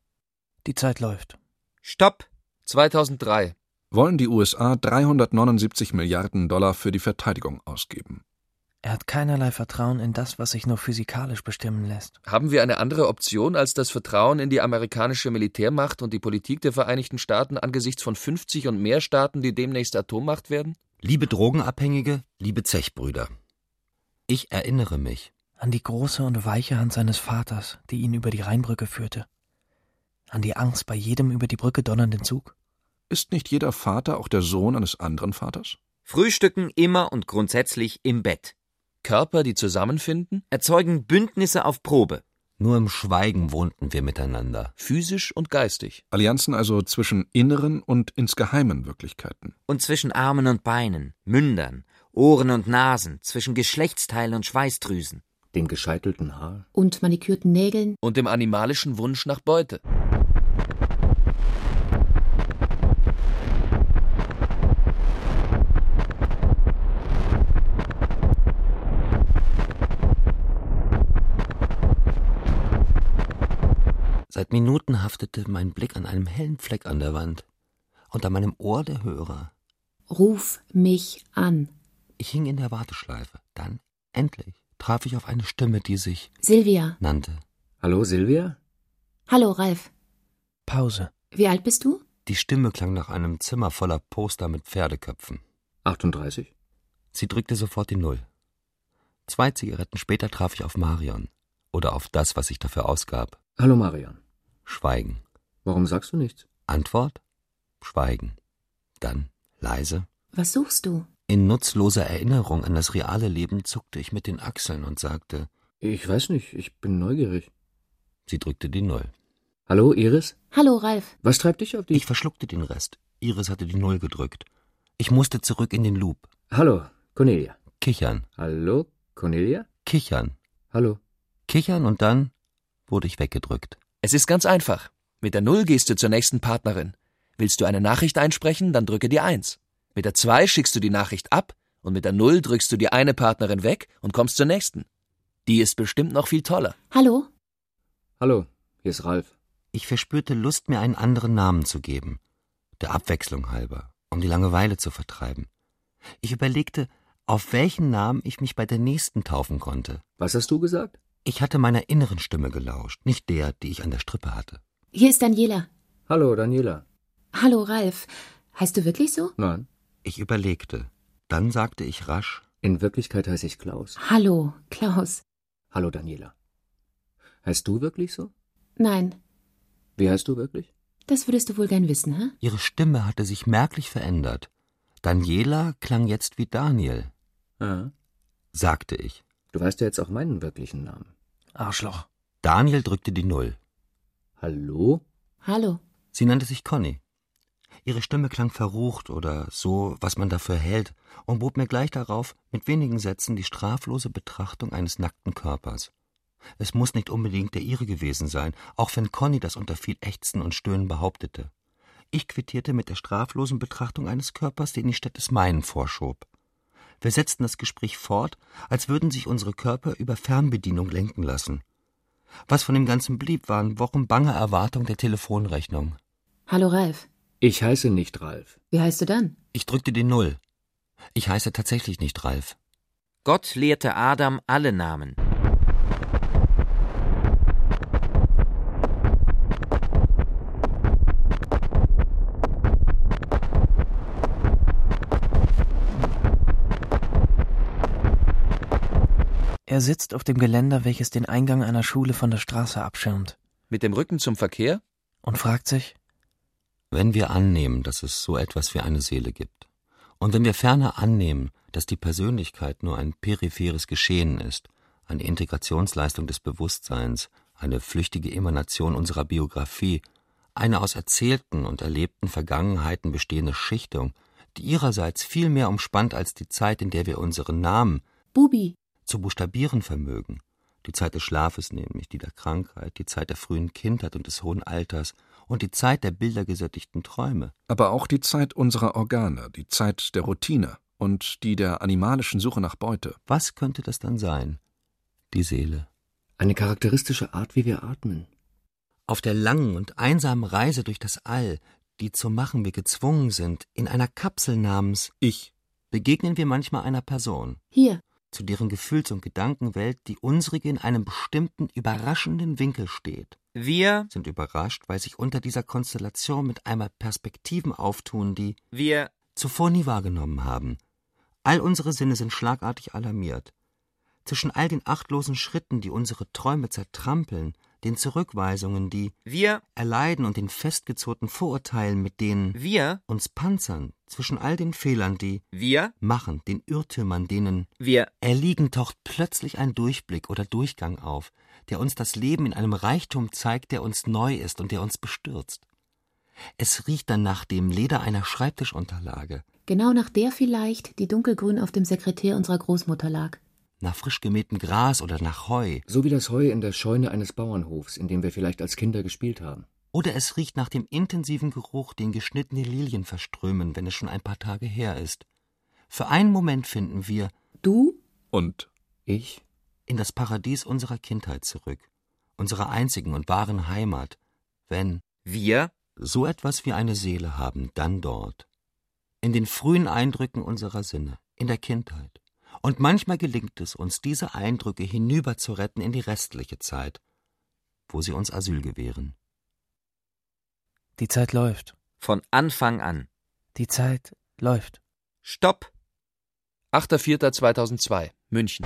Die Zeit läuft.
Stopp!
2003.
Wollen die USA 379 Milliarden Dollar für die Verteidigung ausgeben?
Er hat keinerlei Vertrauen in das, was sich nur physikalisch bestimmen lässt.
Haben wir eine andere Option, als das Vertrauen in die amerikanische Militärmacht und die Politik der Vereinigten Staaten angesichts von 50 und mehr Staaten, die demnächst Atommacht werden?
Liebe Drogenabhängige, liebe Zechbrüder. Ich erinnere mich.
An die große und weiche Hand seines Vaters, die ihn über die Rheinbrücke führte. An die Angst bei jedem über die Brücke donnernden Zug.
Ist nicht jeder Vater auch der Sohn eines anderen Vaters?
Frühstücken immer und grundsätzlich im Bett.
Körper, die zusammenfinden?
Erzeugen Bündnisse auf Probe.
Nur im Schweigen wohnten wir miteinander.
Physisch und geistig.
Allianzen also zwischen inneren und insgeheimen Wirklichkeiten.
Und zwischen Armen und Beinen, Mündern, Ohren und Nasen, zwischen Geschlechtsteilen und Schweißdrüsen.
Dem gescheitelten Haar.
Und manikürten Nägeln,
Und dem animalischen Wunsch nach Beute.
Seit Minuten haftete mein Blick an einem hellen Fleck an der Wand. Und an meinem Ohr der Hörer.
ruf mich an.
Ich hing in der Warteschleife. Dann, endlich, traf ich auf eine Stimme, die sich
Silvia.
nannte.
Hallo, Silvia?
Hallo, Ralf.
Pause.
Wie alt bist du?
Die Stimme klang nach einem Zimmer voller Poster mit Pferdeköpfen.
38?
Sie drückte sofort die Null. Zwei Zigaretten später traf ich auf Marion. Oder auf das, was ich dafür ausgab.
Hallo, Marian.
Schweigen.
Warum sagst du nichts?
Antwort? Schweigen. Dann, leise.
Was suchst du?
In nutzloser Erinnerung an das reale Leben zuckte ich mit den Achseln und sagte,
Ich weiß nicht, ich bin neugierig.
sie drückte die Null.
Hallo, Iris?
Hallo, Ralf.
Was treibt dich auf die...
Ich verschluckte den Rest. Iris hatte die Null gedrückt. Ich musste zurück in den Loop.
Hallo, Cornelia.
Kichern,
Hallo, Cornelia?
kichern,
Hallo.
kichern und dann wurde ich weggedrückt.
Es ist ganz einfach. Mit der Null gehst du zur nächsten Partnerin. Willst du eine Nachricht einsprechen, dann drücke die Eins. Mit der Zwei schickst du die Nachricht ab und mit der Null drückst du die eine Partnerin weg und kommst zur nächsten. Die ist bestimmt noch viel toller.
Hallo?
Hallo, hier ist Ralf.
Ich verspürte Lust, mir einen anderen Namen zu geben, der Abwechslung halber, um die Langeweile zu vertreiben. Ich überlegte, auf welchen Namen ich mich bei der nächsten taufen konnte.
Was hast du gesagt?
Ich hatte meiner inneren Stimme gelauscht, nicht der, die ich an der Strippe hatte.
Hier ist Daniela.
Hallo, Daniela.
Hallo, Ralf. Heißt du wirklich so?
Nein,
Ich überlegte. Dann sagte ich rasch,
in Wirklichkeit heiße ich Klaus.
Hallo, Klaus.
Hallo, Daniela. Heißt du wirklich so?
Nein,
Wie heißt du wirklich?
das würdest du wohl gern wissen, hä?
ihre Stimme hatte sich merklich verändert. Daniela klang jetzt wie Daniel,
Ah,
sagte ich.
du weißt ja jetzt auch meinen wirklichen Namen.
Arschloch.
Daniel drückte die Null.
Hallo?
Hallo.
Sie nannte sich Conny. Ihre Stimme klang verrucht oder so, was man dafür hält, und bot mir gleich darauf mit wenigen Sätzen die straflose Betrachtung eines nackten Körpers. Es muss nicht unbedingt der ihre gewesen sein, auch wenn Conny das unter viel Ächzen und Stöhnen behauptete. Ich quittierte mit der straflosen Betrachtung eines Körpers, den ich statt des meinen vorschob. Wir setzten das Gespräch fort, als würden sich unsere Körper über Fernbedienung lenken lassen. Was von dem Ganzen blieb, waren Wochen banger Erwartung der Telefonrechnung.
Hallo, Ralf.
Ich heiße nicht Ralf.
Wie heißt du dann?
Ich drückte die Null. Ich heiße tatsächlich nicht Ralf.
Gott lehrte Adam alle Namen.
Er sitzt auf dem Geländer, welches den Eingang einer Schule von der Straße abschirmt,
Mit dem Rücken zum Verkehr?
und fragt sich,
Wenn wir annehmen, dass es so etwas wie eine Seele gibt, und wenn wir ferner annehmen, dass die Persönlichkeit nur ein peripheres Geschehen ist, eine Integrationsleistung des Bewusstseins, eine flüchtige Emanation unserer Biografie, eine aus erzählten und erlebten Vergangenheiten bestehende Schichtung, die ihrerseits viel mehr umspannt als die Zeit, in der wir unseren Namen,
Bubi.
zu buchstabieren vermögen. Die Zeit des Schlafes nämlich, die der Krankheit, die Zeit der frühen Kindheit und des hohen Alters und die Zeit der bildergesättigten Träume.
Aber auch die Zeit unserer Organe, die Zeit der Routine und die der animalischen Suche nach Beute.
Was könnte das dann sein? Die Seele.
Eine charakteristische Art, wie wir atmen.
Auf der langen und einsamen Reise durch das All, die zu machen wir gezwungen sind, in einer Kapsel namens Ich, begegnen wir manchmal einer Person,
Hier.
zu deren Gefühls- und Gedankenwelt die unsrige in einem bestimmten, überraschenden Winkel steht.
Wir,
Sind überrascht, weil sich unter dieser Konstellation mit einmal Perspektiven auftun, die
wir,
zuvor nie wahrgenommen haben. All unsere Sinne sind schlagartig alarmiert. Zwischen all den achtlosen Schritten, die unsere Träume zertrampeln, den Zurückweisungen, die
wir,
erleiden und den festgezurrten Vorurteilen, mit denen
wir,
uns panzern, zwischen all den Fehlern, die
wir,
machen, den Irrtümern, denen
wir,
erliegen, taucht plötzlich ein Durchblick oder Durchgang auf, der uns das Leben in einem Reichtum zeigt, der uns neu ist und der uns bestürzt. Es riecht dann nach dem Leder einer Schreibtischunterlage,
Genau nach der vielleicht, die dunkelgrün auf dem Sekretär unserer Großmutter lag.
nach frisch gemähtem Gras oder nach Heu,
So wie das Heu in der Scheune eines Bauernhofs, in dem wir vielleicht als Kinder gespielt haben.
oder es riecht nach dem intensiven Geruch, den geschnittene Lilien verströmen, wenn es schon ein paar Tage her ist. Für einen Moment finden wir
Du?
Und
Ich?
in das Paradies unserer Kindheit zurück, unserer einzigen und wahren Heimat, wenn
wir,
so etwas wie eine Seele haben, dann dort. In den frühen Eindrücken unserer Sinne, in der Kindheit. Und manchmal gelingt es uns, diese Eindrücke hinüber zu retten in die restliche Zeit, wo sie uns Asyl gewähren.
die Zeit läuft.
von Anfang an.
Die Zeit läuft.
Stopp!
8.4.2002, München.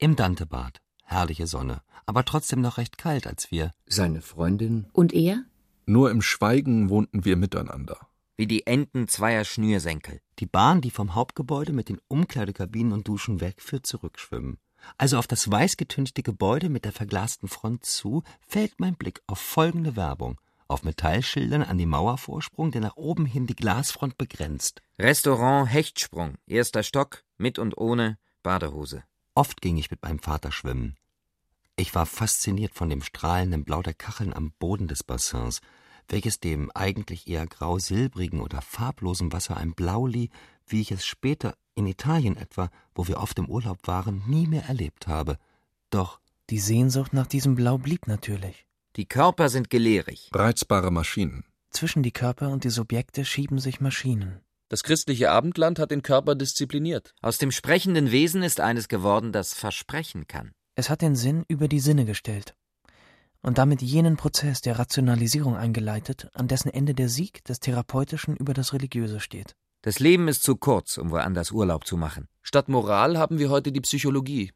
Im Dantebad, herrliche Sonne, aber trotzdem noch recht kalt, als wir
Seine Freundin?
Und er?
nur im Schweigen wohnten wir miteinander.
wie die Enden zweier Schnürsenkel.
Die Bahn, die vom Hauptgebäude mit den Umkleidekabinen und Duschen wegführt, zurückschwimmen. Also auf das weißgetünchte Gebäude mit der verglasten Front zu, fällt mein Blick auf folgende Werbung. Auf Metallschildern an dem Mauervorsprung, der nach oben hin die Glasfront begrenzt.
Restaurant Hechtsprung, erster Stock, mit und ohne Badehose.
Oft ging ich mit meinem Vater schwimmen. Ich war fasziniert von dem strahlenden Blau der Kacheln am Boden des Bassins, welches dem eigentlich eher grau-silbrigen oder farblosen Wasser ein Blau lieh, wie ich es später in Italien etwa, wo wir oft im Urlaub waren, nie mehr erlebt habe. Doch
Die Sehnsucht nach diesem Blau blieb natürlich.
Die Körper sind gelehrig.
Reizbare Maschinen.
Zwischen die Körper und die Subjekte schieben sich Maschinen.
Das christliche Abendland hat den Körper diszipliniert.
Aus dem sprechenden Wesen ist eines geworden, das versprechen kann.
Es hat den Sinn über die Sinne gestellt und damit jenen Prozess der Rationalisierung eingeleitet, an dessen Ende der Sieg des Therapeutischen über das Religiöse steht.
Das Leben ist zu kurz, um woanders Urlaub zu machen.
Statt Moral haben wir heute die Psychologie.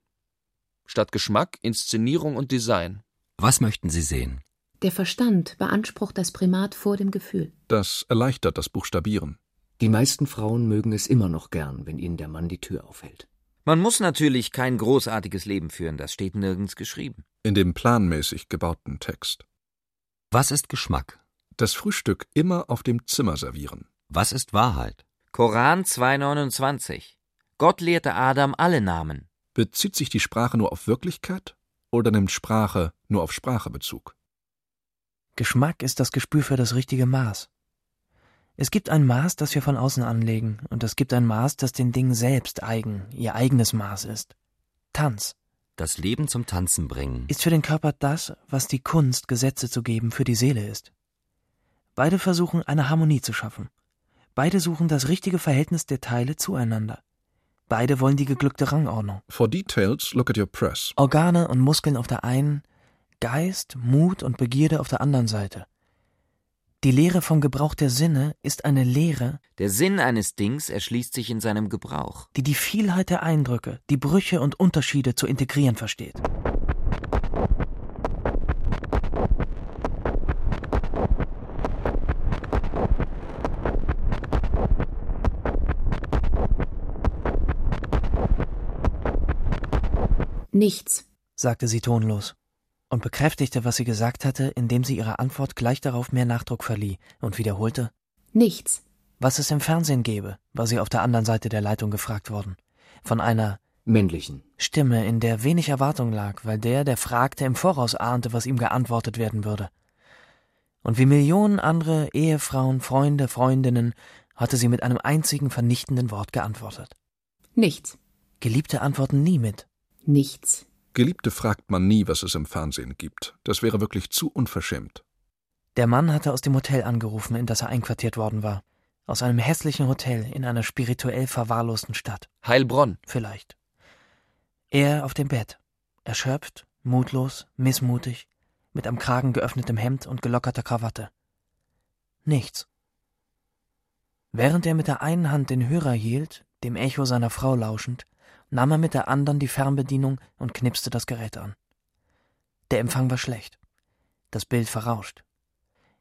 Statt Geschmack, Inszenierung und Design.
was möchten Sie sehen?
Der Verstand beansprucht das Primat vor dem Gefühl.
Das erleichtert das Buchstabieren.
Die meisten Frauen mögen es immer noch gern, wenn ihnen der Mann die Tür aufhält.
Man muss natürlich kein großartiges Leben führen, das steht nirgends geschrieben.
In dem planmäßig gebauten Text.
Was ist Geschmack?
Das Frühstück immer auf dem Zimmer servieren.
Was ist Wahrheit?
Koran 2,29. Gott lehrte Adam alle Namen.
Bezieht sich die Sprache nur auf Wirklichkeit oder nimmt Sprache nur auf Sprache Bezug?
Geschmack ist das Gespür für das richtige Maß. Es gibt ein Maß, das wir von außen anlegen, und es gibt ein Maß, das den Dingen selbst eigen, ihr eigenes Maß ist. Tanz
Das Leben zum Tanzen bringen.
ist für den Körper das, was die Kunst, Gesetze zu geben, für die Seele ist. Beide versuchen, eine Harmonie zu schaffen. Beide suchen das richtige Verhältnis der Teile zueinander. Beide wollen die geglückte Rangordnung.
For details, look at your press.
Organe und Muskeln auf der einen, Geist, Mut und Begierde auf der anderen Seite. Die Lehre vom Gebrauch der Sinne ist eine Lehre,
Der Sinn eines Dings erschließt sich in seinem Gebrauch.
die die Vielheit der Eindrücke, die Brüche und Unterschiede zu integrieren versteht.
Nichts.
sagte sie tonlos und bekräftigte, was sie gesagt hatte, indem sie ihrer Antwort gleich darauf mehr Nachdruck verlieh und wiederholte,
Nichts.
was es im Fernsehen gäbe, war sie auf der anderen Seite der Leitung gefragt worden. Von einer
Männlichen.
Stimme, in der wenig Erwartung lag, weil der, der fragte, im Voraus ahnte, was ihm geantwortet werden würde. Und wie Millionen andere Ehefrauen, Freunde, Freundinnen hatte sie mit einem einzigen vernichtenden Wort geantwortet.
Nichts.
Geliebte antworten nie mit.
Nichts.
Geliebte fragt man nie, was es im Fernsehen gibt. Das wäre wirklich zu unverschämt.
Der Mann hatte aus dem Hotel angerufen, in das er einquartiert worden war. Aus einem hässlichen Hotel in einer spirituell verwahrlosten Stadt,
Heilbronn.
vielleicht. Er auf dem Bett, erschöpft, mutlos, missmutig, mit am Kragen geöffnetem Hemd und gelockerter Krawatte. Nichts. Während er mit der einen Hand den Hörer hielt, dem Echo seiner Frau lauschend, nahm er mit der anderen die Fernbedienung und knipste das Gerät an. Der Empfang war schlecht, das Bild verrauscht.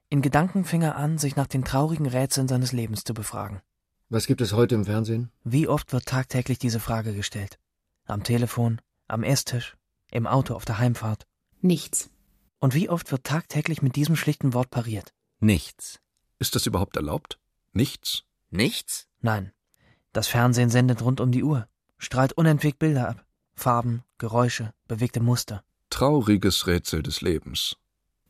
In Gedanken fing er an, sich nach den traurigen Rätseln seines Lebens zu befragen.
Was gibt es heute im Fernsehen?
Wie oft wird tagtäglich diese Frage gestellt? Am Telefon, am Esstisch, im Auto auf der Heimfahrt.
Nichts.
Und wie oft wird tagtäglich mit diesem schlichten Wort pariert?
Nichts.
Ist das überhaupt erlaubt? Nichts?
Nichts?
Nein. Das Fernsehen sendet rund um die Uhr, strahlt unentwegt Bilder ab. Farben, Geräusche, bewegte Muster.
Trauriges Rätsel des Lebens.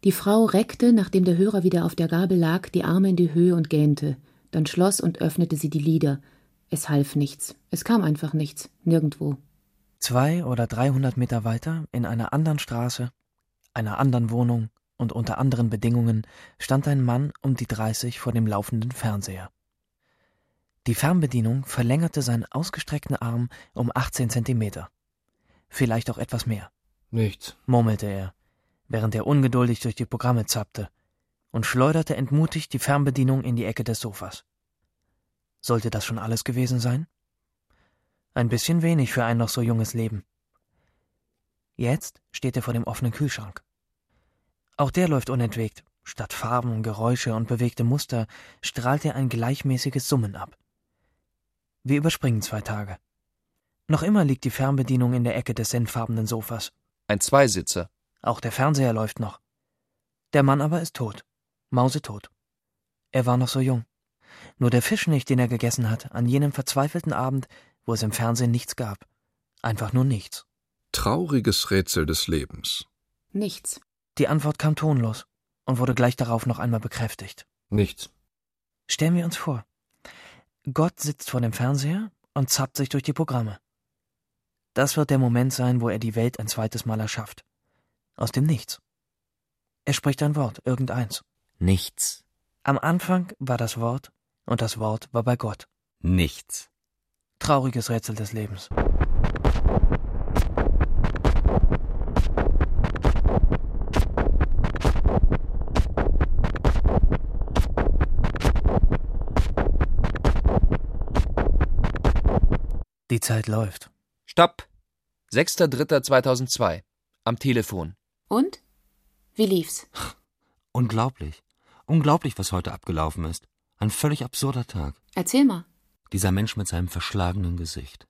Die Frau reckte, nachdem der Hörer wieder auf der Gabel lag, die Arme in die Höhe und gähnte. Dann schloss und öffnete sie die Lider. Es half nichts. Es kam einfach nichts. Nirgendwo.
Zwei oder dreihundert Meter weiter, in einer anderen Straße, einer anderen Wohnung und unter anderen Bedingungen, stand ein Mann um die 30 vor dem laufenden Fernseher. Die Fernbedienung verlängerte seinen ausgestreckten Arm um 18 Zentimeter. Vielleicht auch etwas mehr,
Nichts.
murmelte er, während er ungeduldig durch die Programme zappte und schleuderte entmutigt die Fernbedienung in die Ecke des Sofas. Sollte das schon alles gewesen sein? Ein bisschen wenig für ein noch so junges Leben. Jetzt steht er vor dem offenen Kühlschrank. Auch der läuft unentwegt, Statt Farben, Geräusche und bewegte Muster strahlt er ein gleichmäßiges Summen ab. Wir überspringen zwei Tage. Noch immer liegt die Fernbedienung in der Ecke des senffarbenen Sofas.
Ein Zweisitzer.
Auch der Fernseher läuft noch. Der Mann aber ist tot. Mausetot. Er war noch so jung. Nur der Fisch nicht, den er gegessen hat, an jenem verzweifelten Abend, wo es im Fernsehen nichts gab. Einfach nur nichts.
Trauriges Rätsel des Lebens.
Nichts.
Die Antwort kam tonlos und wurde gleich darauf noch einmal bekräftigt.
Nichts.
Stellen wir uns vor. Gott sitzt vor dem Fernseher und zappt sich durch die Programme. Das wird der Moment sein, wo er die Welt ein zweites Mal erschafft. Aus dem Nichts. Er spricht ein Wort, irgendeins.
Nichts.
Am Anfang war das Wort und das Wort war bei Gott.
Nichts.
Trauriges Rätsel des Lebens. Die Zeit läuft.
Stopp!
6.3.2002. Am Telefon.
Und? Wie lief's?
Unglaublich. Unglaublich, was heute abgelaufen ist. Ein völlig absurder Tag.
Erzähl mal.
Dieser Mensch mit seinem verschlagenen Gesicht.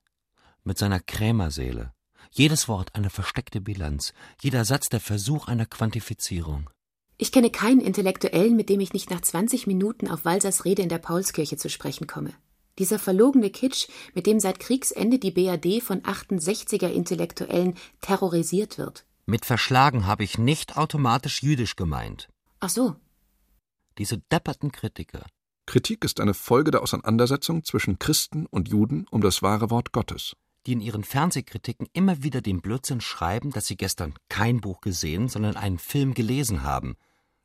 Mit seiner Krämerseele. Jedes Wort eine versteckte Bilanz. Jeder Satz der Versuch einer Quantifizierung.
Ich kenne keinen Intellektuellen, mit dem ich nicht nach 20 Minuten auf Walsers Rede in der Paulskirche zu sprechen komme. Dieser verlogene Kitsch, mit dem seit Kriegsende die BAD von 68er Intellektuellen terrorisiert wird.
Mit verschlagen habe ich nicht automatisch jüdisch gemeint.
Ach so,
Diese depperten Kritiker.
Kritik ist eine Folge der Auseinandersetzung zwischen Christen und Juden um das wahre Wort Gottes.
die in ihren Fernsehkritiken immer wieder den Blödsinn schreiben, dass sie gestern kein Buch gesehen, sondern einen Film gelesen haben.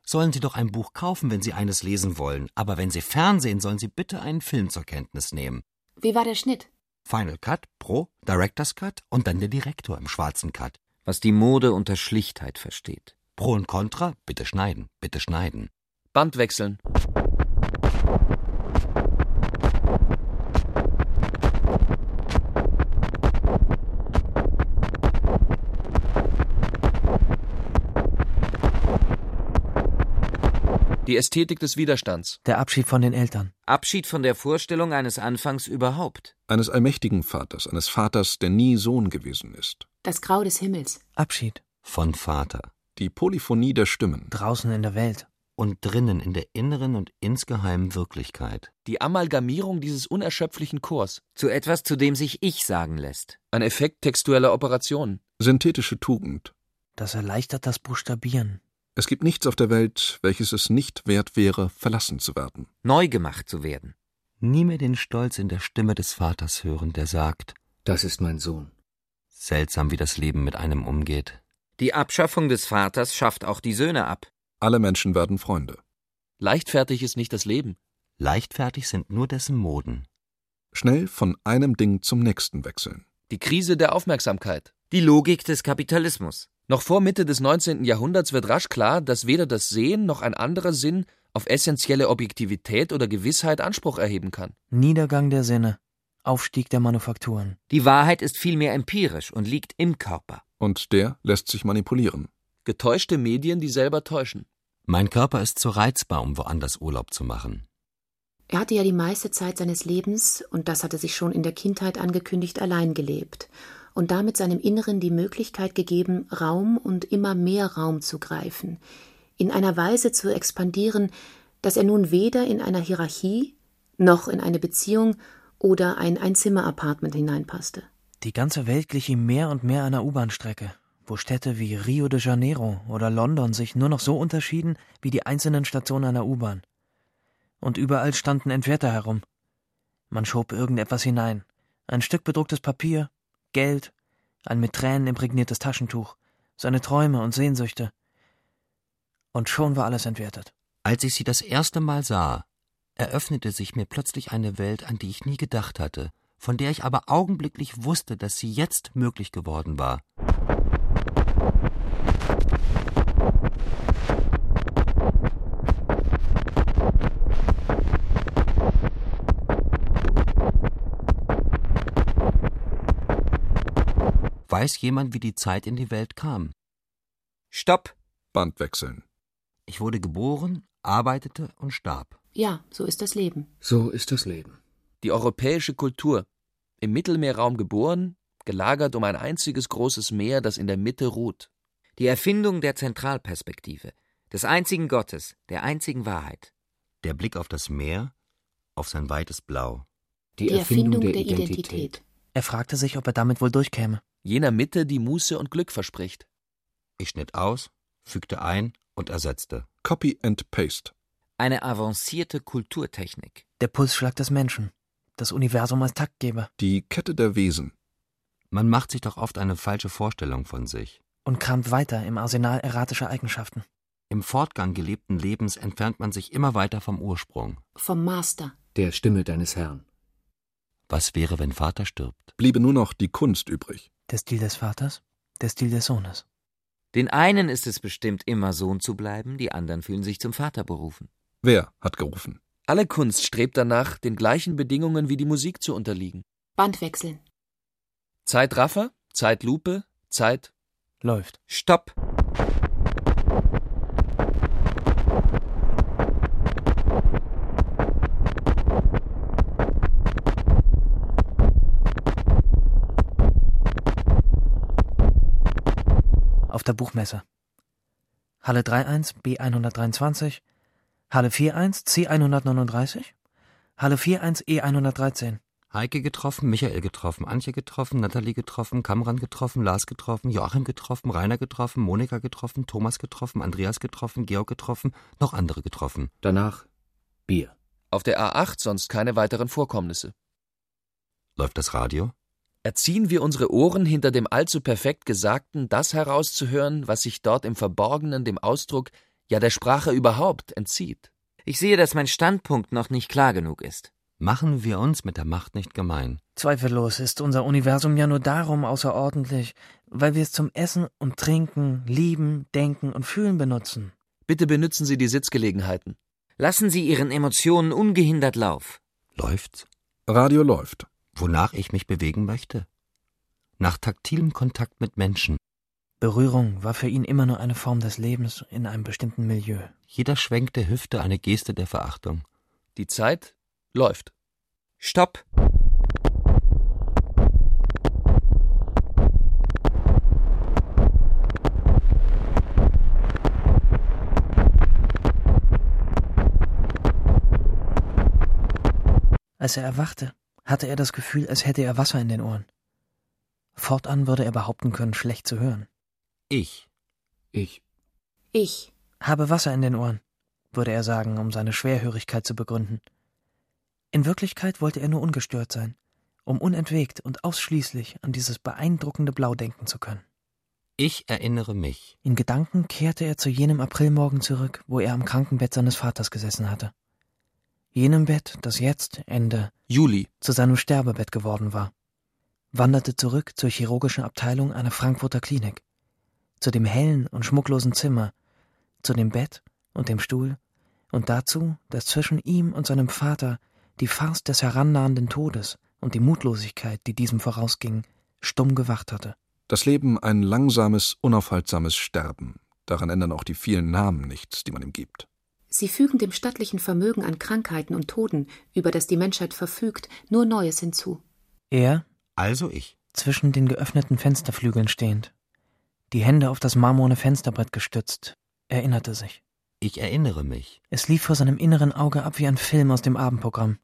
Sollen sie doch ein Buch kaufen, wenn sie eines lesen wollen, aber wenn sie Fernsehen, sollen sie bitte einen Film zur Kenntnis nehmen.
wie war der Schnitt?
Final Cut, Pro, Director's Cut und dann der Direktor im schwarzen Cut.
Was die Mode unter Schlichtheit versteht.
Pro und Contra, bitte schneiden, bitte schneiden.
Band wechseln. Die Ästhetik des Widerstands.
Der Abschied von den Eltern.
Abschied von der Vorstellung eines Anfangs überhaupt.
Eines allmächtigen Vaters, eines Vaters, der nie Sohn gewesen ist.
Das Grau des Himmels.
Abschied.
Von Vater.
Die Polyphonie der Stimmen.
Draußen in der Welt.
Und drinnen in der inneren und insgeheimen Wirklichkeit.
Die Amalgamierung dieses unerschöpflichen Chors.
Zu etwas, zu dem sich ich sagen lässt.
Ein Effekt textueller Operationen.
Synthetische Tugend.
Das erleichtert das Buchstabieren.
Es gibt nichts auf der Welt, welches es nicht wert wäre, verlassen zu werden.
Neu gemacht zu werden.
Nie mehr den Stolz in der Stimme des Vaters hören, der sagt,
Das ist mein Sohn.
seltsam, wie das Leben mit einem umgeht.
Die Abschaffung des Vaters schafft auch die Söhne ab.
Alle Menschen werden Freunde.
Leichtfertig ist nicht das Leben.
Leichtfertig sind nur dessen Moden.
Schnell von einem Ding zum nächsten wechseln.
Die Krise der Aufmerksamkeit.
Die Logik des Kapitalismus.
Noch vor Mitte des 19. Jahrhunderts wird rasch klar, dass weder das Sehen noch ein anderer Sinn auf essentielle Objektivität oder Gewissheit Anspruch erheben kann.
Niedergang der Sinne. Aufstieg der Manufakturen.
Die Wahrheit ist vielmehr empirisch und liegt im Körper.
Und der lässt sich manipulieren.
Getäuschte Medien, die selber täuschen.
Mein Körper ist zu reizbar, um woanders Urlaub zu machen.
Er hatte ja die meiste Zeit seines Lebens, und das hatte sich schon in der Kindheit angekündigt, allein gelebt und damit seinem Inneren die Möglichkeit gegeben, Raum und immer mehr Raum zu greifen, in einer Weise zu expandieren, dass er nun weder in einer Hierarchie noch in eine Beziehung oder ein Einzimmer-Apartment hineinpasste.
Die ganze Welt glich ihm mehr und mehr einer U-Bahn-Strecke, wo Städte wie Rio de Janeiro oder London sich nur noch so unterschieden wie die einzelnen Stationen einer U-Bahn. Und überall standen Entwerter herum. Man schob irgendetwas hinein. Ein Stück bedrucktes Papier, Geld, ein mit Tränen imprägniertes Taschentuch, seine Träume und Sehnsüchte. Und schon war alles entwertet.
Als ich sie das erste Mal sah, eröffnete sich mir plötzlich eine Welt, an die ich nie gedacht hatte, von der ich aber augenblicklich wusste, dass sie jetzt möglich geworden war. Weiß jemand, wie die Zeit in die Welt kam?
Stopp!
Band wechseln.
Ich wurde geboren, arbeitete und starb.
Ja, so ist das Leben.
So ist das Leben.
Die europäische Kultur. Im Mittelmeerraum geboren, gelagert um ein einziges großes Meer, das in der Mitte ruht.
Die Erfindung der Zentralperspektive, des einzigen Gottes, der einzigen Wahrheit.
Der Blick auf das Meer, auf sein weites Blau.
Die, Erfindung, der, Identität.
Er fragte sich, ob er damit wohl durchkäme.
Jener Mitte, die Muße und Glück verspricht.
Ich schnitt aus, fügte ein und ersetzte.
Copy and Paste.
Eine avancierte Kulturtechnik.
Der Pulsschlag des Menschen. Das Universum als Taktgeber.
Die Kette der Wesen.
Man macht sich doch oft eine falsche Vorstellung von sich.
Und kramt weiter im Arsenal erratischer Eigenschaften.
Im Fortgang gelebten Lebens entfernt man sich immer weiter vom Ursprung.
Vom Master.
Der Stimme deines Herrn.
Was wäre, wenn Vater stirbt?
Bliebe nur noch die Kunst übrig.
Der Stil des Vaters, der Stil des Sohnes.
Den einen ist es bestimmt, immer Sohn zu bleiben, die anderen fühlen sich zum Vater berufen.
Wer hat gerufen?
Alle Kunst strebt danach, den gleichen Bedingungen wie die Musik zu unterliegen.
Band wechseln.
Zeitraffer, Zeitlupe, Zeit.
Läuft.
Stopp!
Auf der Buchmesse. Halle 31, B123, Halle 41, C139, Halle E 41, E113.
Heike getroffen, Michael getroffen, Antje getroffen, Nathalie getroffen, Kamran getroffen, Lars getroffen, Joachim getroffen, Rainer getroffen, Monika getroffen, Thomas getroffen, Andreas getroffen, Georg getroffen, noch andere getroffen.
Danach Bier.
Auf der A8 sonst keine weiteren Vorkommnisse.
Läuft das Radio?
Erziehen wir unsere Ohren hinter dem allzu perfekt Gesagten, das herauszuhören, was sich dort im Verborgenen dem Ausdruck, ja der Sprache überhaupt, entzieht.
Ich sehe, dass mein Standpunkt noch nicht klar genug ist.
Machen wir uns mit der Macht nicht gemein.
Zweifellos ist unser Universum ja nur darum außerordentlich, weil wir es zum Essen und Trinken, Lieben, Denken und Fühlen benutzen.
Bitte benützen Sie die Sitzgelegenheiten.
Lassen Sie Ihren Emotionen ungehindert Lauf.
Läuft's?
Radio läuft.
Wonach ich mich bewegen möchte? Nach taktilem Kontakt mit Menschen.
Berührung war für ihn immer nur eine Form des Lebens in einem bestimmten Milieu.
Jeder Schwenk der Hüfte eine Geste der Verachtung.
Die Zeit läuft.
Stopp!
Als er erwachte, hatte er das Gefühl, als hätte er Wasser in den Ohren. Fortan würde er behaupten können, schlecht zu hören.
Ich.
Ich.
Ich.
Habe Wasser in den Ohren, würde er sagen, um seine Schwerhörigkeit zu begründen. In Wirklichkeit wollte er nur ungestört sein, um unentwegt und ausschließlich an dieses beeindruckende Blau denken zu können.
Ich erinnere mich.
In Gedanken kehrte er zu jenem Aprilmorgen zurück, wo er am Krankenbett seines Vaters gesessen hatte. Jenem Bett, das jetzt, Ende
Juli.
zu seinem Sterbebett geworden war, wanderte zurück zur chirurgischen Abteilung einer Frankfurter Klinik, zu dem hellen und schmucklosen Zimmer, zu dem Bett und dem Stuhl und dazu, dass zwischen ihm und seinem Vater die Farce des herannahenden Todes und die Mutlosigkeit, die diesem vorausging, stumm gewacht hatte.
Das Leben ein langsames, unaufhaltsames Sterben. Daran ändern auch die vielen Namen nichts, die man ihm gibt.
Sie fügen dem stattlichen Vermögen an Krankheiten und Toden, über das die Menschheit verfügt, nur Neues hinzu.
Er,
Also ich.
zwischen den geöffneten Fensterflügeln stehend, die Hände auf das marmorne Fensterbrett gestützt, erinnerte sich.
Ich erinnere mich.
Es lief vor seinem inneren Auge ab wie ein Film aus dem Abendprogramm.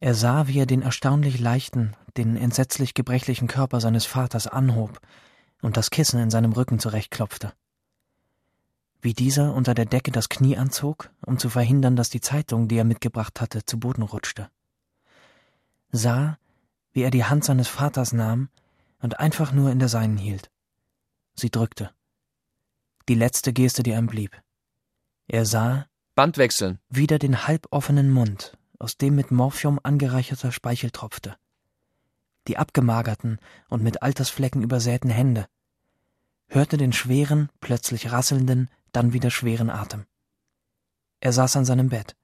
Er sah, wie er den erstaunlich leichten, den entsetzlich gebrechlichen Körper seines Vaters anhob und das Kissen in seinem Rücken zurechtklopfte. Wie dieser unter der Decke das Knie anzog, um zu verhindern, dass die Zeitung, die er mitgebracht hatte, zu Boden rutschte. Sah, wie er die Hand seines Vaters nahm und einfach nur in der seinen hielt. Sie drückte. Die letzte Geste, die ihm blieb. Er sah,
Band wechseln.
wieder den halboffenen Mund, aus dem mit Morphium angereicherter Speichel tropfte. Die abgemagerten und mit Altersflecken übersäten Hände. Hörte den schweren, plötzlich rasselnden, dann wieder schweren Atem. Er saß an seinem Bett,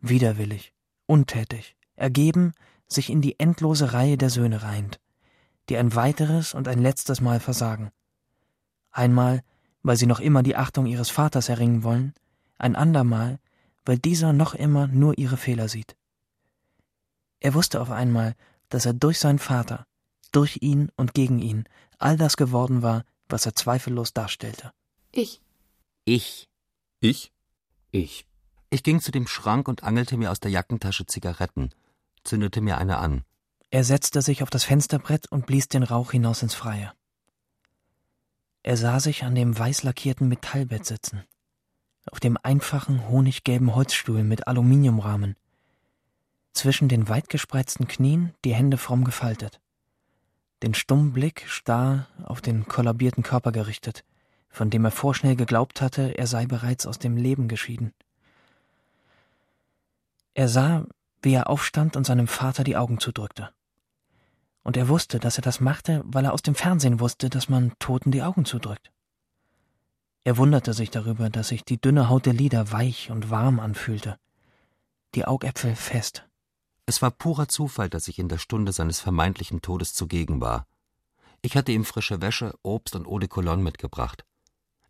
widerwillig, untätig, ergeben, sich in die endlose Reihe der Söhne reihend, die ein weiteres und ein letztes Mal versagen. Einmal, weil sie noch immer die Achtung ihres Vaters erringen wollen, ein andermal, weil dieser noch immer nur ihre Fehler sieht. Er wusste auf einmal, dass er durch seinen Vater, durch ihn und gegen ihn all das geworden war, was er zweifellos darstellte.
Ich.
Ich.
Ich?
Ich. Ich ging zu dem Schrank und angelte mir aus der Jackentasche Zigaretten, zündete mir eine an.
Er setzte sich auf das Fensterbrett und blies den Rauch hinaus ins Freie. Er sah sich an dem weiß lackierten Metallbett sitzen, auf dem einfachen honiggelben Holzstuhl mit Aluminiumrahmen, zwischen den weit gespreizten Knien die Hände fromm gefaltet, den stummen Blick starr auf den kollabierten Körper gerichtet, von dem er vorschnell geglaubt hatte, er sei bereits aus dem Leben geschieden. Er sah, wie er aufstand und seinem Vater die Augen zudrückte. Und er wusste, dass er das machte, weil er aus dem Fernsehen wusste, dass man Toten die Augen zudrückt. Er wunderte sich darüber, dass sich die dünne Haut der Lider weich und warm anfühlte, die Augäpfel fest.
Es war purer Zufall, dass ich in der Stunde seines vermeintlichen Todes zugegen war. Ich hatte ihm frische Wäsche, Obst und Eau de Cologne mitgebracht.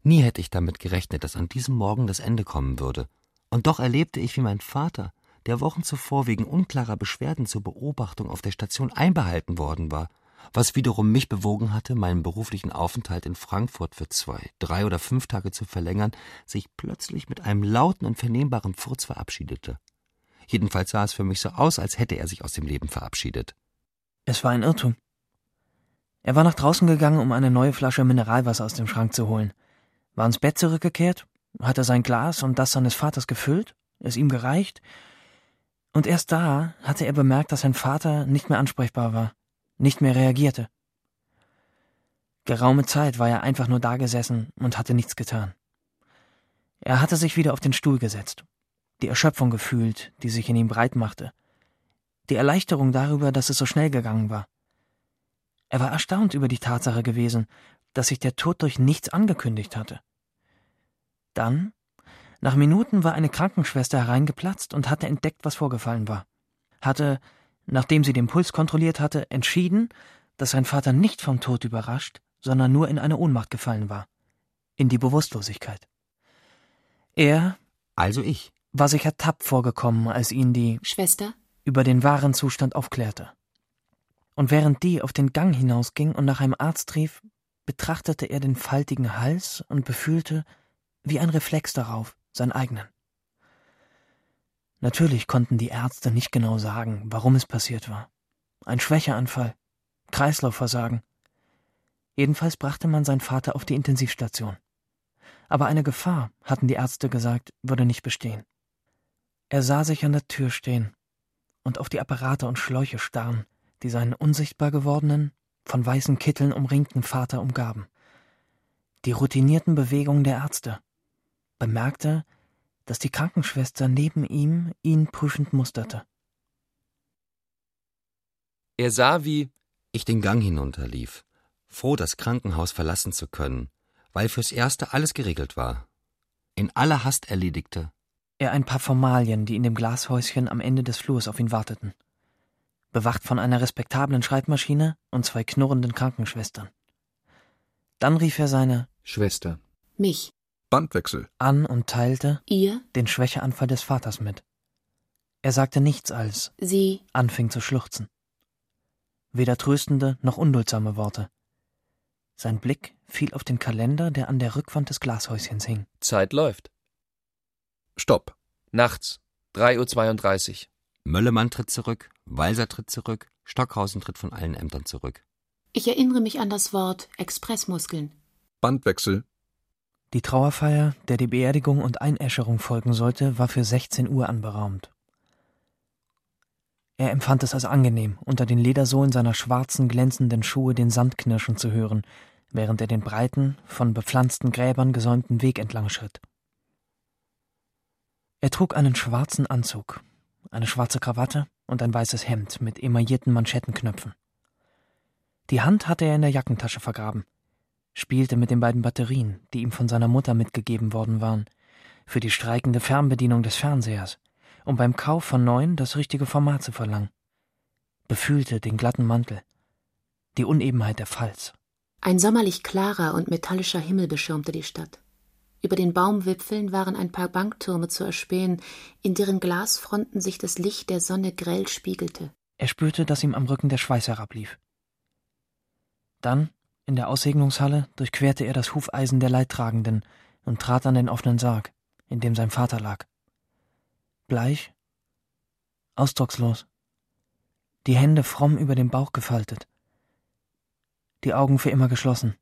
Nie hätte ich damit gerechnet, dass an diesem Morgen das Ende kommen würde. Und doch erlebte ich, wie mein Vater, der Wochen zuvor wegen unklarer Beschwerden zur Beobachtung auf der Station einbehalten worden war, was wiederum mich bewogen hatte, meinen beruflichen Aufenthalt in Frankfurt für zwei, drei oder fünf Tage zu verlängern, sich plötzlich mit einem lauten und vernehmbaren Furz verabschiedete. Jedenfalls sah es für mich so aus, als hätte er sich aus dem Leben verabschiedet.
Es war ein Irrtum. Er war nach draußen gegangen, um eine neue Flasche Mineralwasser aus dem Schrank zu holen, war ins Bett zurückgekehrt, hatte sein Glas und das seines Vaters gefüllt, es ihm gereicht, und erst da hatte er bemerkt, dass sein Vater nicht mehr ansprechbar war, nicht mehr reagierte. Geraume Zeit war er einfach nur dagesessen und hatte nichts getan. Er hatte sich wieder auf den Stuhl gesetzt, die Erschöpfung gefühlt, die sich in ihm breit machte, die Erleichterung darüber, dass es so schnell gegangen war. Er war erstaunt über die Tatsache gewesen, dass sich der Tod durch nichts angekündigt hatte. Dann nach Minuten war eine Krankenschwester hereingeplatzt und hatte entdeckt, was vorgefallen war. Hatte, nachdem sie den Puls kontrolliert hatte, entschieden, dass sein Vater nicht vom Tod überrascht, sondern nur in eine Ohnmacht gefallen war. In die Bewusstlosigkeit. Er,
Also ich.
war sich ertappt vorgekommen, als ihn die
Schwester?
über den wahren Zustand aufklärte. Und während die auf den Gang hinausging und nach einem Arzt rief, betrachtete er den faltigen Hals und befühlte, wie ein Reflex darauf, seinen eigenen. Natürlich konnten die Ärzte nicht genau sagen, warum es passiert war. Ein Schwächeanfall, Kreislaufversagen. Jedenfalls brachte man seinen Vater auf die Intensivstation. Aber eine Gefahr, hatten die Ärzte gesagt, würde nicht bestehen. Er sah sich an der Tür stehen und auf die Apparate und Schläuche starren, die seinen unsichtbar gewordenen, von weißen Kitteln umringten Vater umgaben die routinierten Bewegungen der Ärzte, bemerkte, dass die Krankenschwester neben ihm ihn prüfend musterte.
Er sah, wie
Ich den Gang hinunterlief, froh, das Krankenhaus verlassen zu können, weil fürs Erste alles geregelt war. In aller Hast erledigte.
Er ein paar Formalien, die in dem Glashäuschen am Ende des Flurs auf ihn warteten. Bewacht von einer respektablen Schreibmaschine und zwei knurrenden Krankenschwestern. Dann rief er seine
Schwester.
Mich?
Bandwechsel.
an und teilte
Ihr?
den Schwächeanfall des Vaters mit. Er sagte nichts als
Sie?
anfing zu schluchzen. Weder tröstende noch unduldsame Worte. Sein Blick fiel auf den Kalender, der an der Rückwand des Glashäuschens hing.
Zeit läuft.
Stopp.
Nachts, 3.32 Uhr.
Möllemann tritt zurück, Walser tritt zurück, Stockhausen tritt von allen Ämtern zurück.
Ich erinnere mich an das Wort Expressmuskeln.
Bandwechsel.
Die Trauerfeier, der die Beerdigung und Einäscherung folgen sollte, war für 16 Uhr anberaumt. Er empfand es als angenehm, unter den Ledersohlen seiner schwarzen, glänzenden Schuhe den Sand knirschen zu hören, während er den breiten, von bepflanzten Gräbern gesäumten Weg entlang schritt. Er trug einen schwarzen Anzug, eine schwarze Krawatte und ein weißes Hemd mit emaillierten Manschettenknöpfen. Die Hand hatte er in der Jackentasche vergraben spielte mit den beiden Batterien, die ihm von seiner Mutter mitgegeben worden waren, für die streikende Fernbedienung des Fernsehers, um beim Kauf von neuen das richtige Format zu verlangen. Befühlte den glatten Mantel, die Unebenheit der Falz,
Ein sommerlich klarer und metallischer Himmel beschirmte die Stadt. Über den Baumwipfeln waren ein paar Banktürme zu erspähen, in deren Glasfronten sich das Licht der Sonne grell spiegelte.
Er spürte, dass ihm am Rücken der Schweiß herablief. Dann, in der Aussegnungshalle, durchquerte er das Hufeisen der Leidtragenden und trat an den offenen Sarg, in dem sein Vater lag. Bleich, ausdruckslos, die Hände fromm über dem Bauch gefaltet, die Augen für immer geschlossen.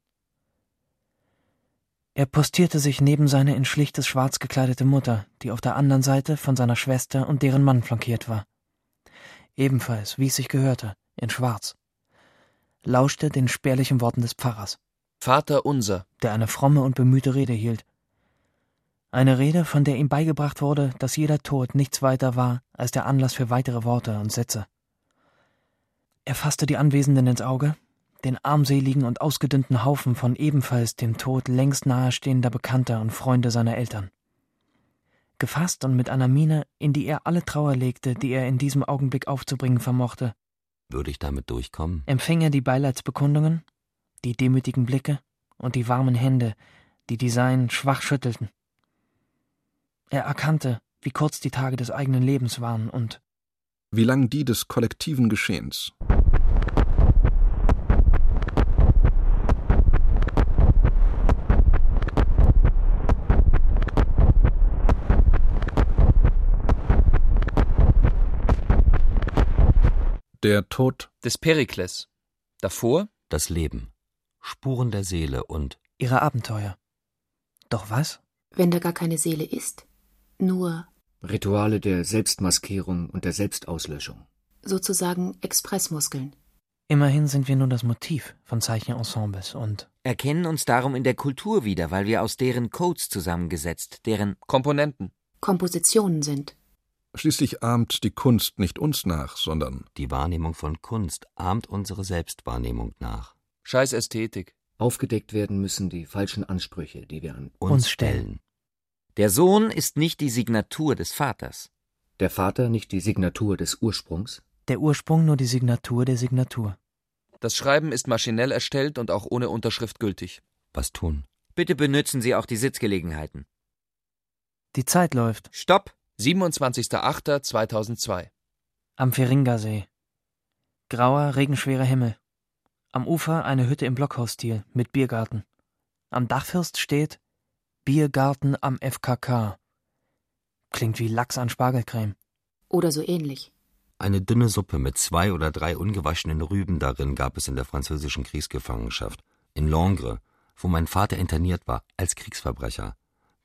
Er postierte sich neben seine in schlichtes Schwarz gekleidete Mutter, die auf der anderen Seite von seiner Schwester und deren Mann flankiert war. Ebenfalls, wie es sich gehörte, in Schwarz. Lauschte den spärlichen Worten des Pfarrers,
Vater unser,
der eine fromme und bemühte Rede hielt. Eine Rede, von der ihm beigebracht wurde, dass jeder Tod nichts weiter war als der Anlass für weitere Worte und Sätze. Er fasste die Anwesenden ins Auge den armseligen und ausgedünnten Haufen von ebenfalls dem Tod längst nahestehender Bekannter und Freunde seiner Eltern. Gefasst und mit einer Miene, in die er alle Trauer legte, die er in diesem Augenblick aufzubringen vermochte,
Würde ich damit durchkommen?
empfing er die Beileidsbekundungen, die demütigen Blicke und die warmen Hände, die die seinen schwach schüttelten. Er erkannte, wie kurz die Tage des eigenen Lebens waren und
wie lang die des kollektiven Geschehens. Der Tod
des Perikles. Davor
Das Leben. Spuren der Seele und
ihre Abenteuer. Doch was?
Wenn da gar keine Seele ist, nur
Rituale der Selbstmaskierung und der Selbstauslöschung.
sozusagen Expressmuskeln.
Immerhin sind wir nur das Motiv von Zeichenensembles und
Erkennen uns darum in der Kultur wieder, weil wir aus deren Codes zusammengesetzt, deren
Komponenten.
Kompositionen sind.
Schließlich ahmt die Kunst nicht uns nach, sondern
die Wahrnehmung von Kunst ahmt unsere Selbstwahrnehmung nach.
Scheiß Ästhetik.
Aufgedeckt werden müssen die falschen Ansprüche, die wir an
Uns stellen.
Der Sohn ist nicht die Signatur des Vaters.
der Vater nicht die Signatur des Ursprungs,
der Ursprung nur die Signatur der Signatur.
Das Schreiben ist maschinell erstellt und auch ohne Unterschrift gültig.
Was tun?
Bitte benützen Sie auch die Sitzgelegenheiten.
Die Zeit läuft
Stopp!
27.08.2002.
am Feringasee. Grauer, regenschwerer Himmel. Am Ufer eine Hütte im Blockhausstil mit Biergarten. Am Dachfirst steht Biergarten am FKK. Klingt wie Lachs an Spargelcreme.
Oder so ähnlich.
Eine dünne Suppe mit zwei oder drei ungewaschenen Rüben darin gab es in der französischen Kriegsgefangenschaft, in Langres, wo mein Vater interniert war, als Kriegsverbrecher,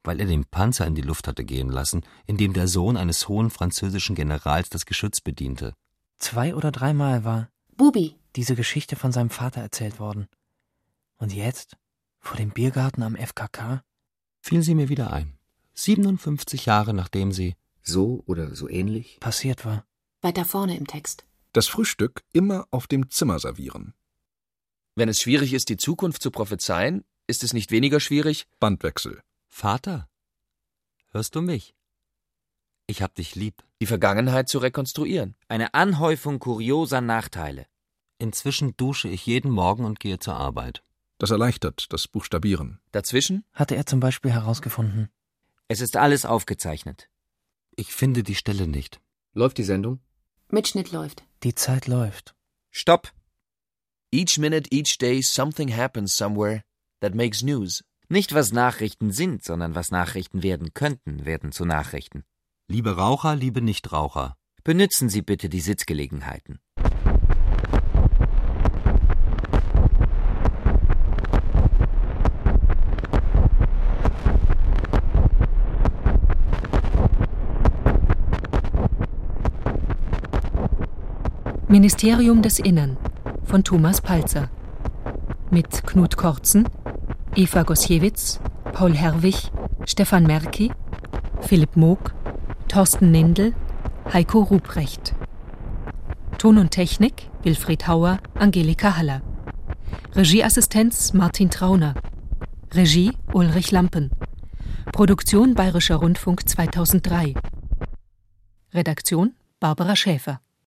weil er den Panzer in die Luft hatte gehen lassen, in dem der Sohn eines hohen französischen Generals das Geschütz bediente.
Zwei oder dreimal war
Bubi,
diese Geschichte von seinem Vater erzählt worden. Und jetzt? Vor dem Biergarten am FKK?
Fiel sie mir wieder ein. 57 Jahre nachdem sie
so oder so ähnlich.
Passiert war.
weiter vorne im Text.
das Frühstück immer auf dem Zimmer servieren.
Wenn es schwierig ist, die Zukunft zu prophezeien, ist es nicht weniger schwierig,
Bandwechsel.
Vater, hörst du mich? Ich hab dich lieb.
die Vergangenheit zu rekonstruieren.
Eine Anhäufung kurioser Nachteile.
Inzwischen dusche ich jeden Morgen und gehe zur Arbeit.
Das erleichtert das Buchstabieren.
Dazwischen
Hatte er zum Beispiel herausgefunden.
Es ist alles aufgezeichnet.
Ich finde die Stelle nicht.
Läuft die Sendung?
Mitschnitt läuft.
Die Zeit läuft.
Stopp!
Each minute, each day, something happens somewhere that makes news.
Nicht was Nachrichten sind, sondern was Nachrichten werden könnten, werden zu Nachrichten.
Liebe Raucher, liebe Nichtraucher.
Benützen Sie bitte die Sitzgelegenheiten.
Ministerium des Innern von Thomas Palzer. Mit Knut Korzen, Eva Gosiewicz, Paul Herwig, Stefan Merki, Philipp Moog, Thorsten Nindl, Heiko Ruprecht. Ton und Technik Wilfried Hauer, Angelika Haller. Regieassistenz Martin Trauner. Regie Ulrich Lampen. Produktion Bayerischer Rundfunk 2003. Redaktion Barbara Schäfer.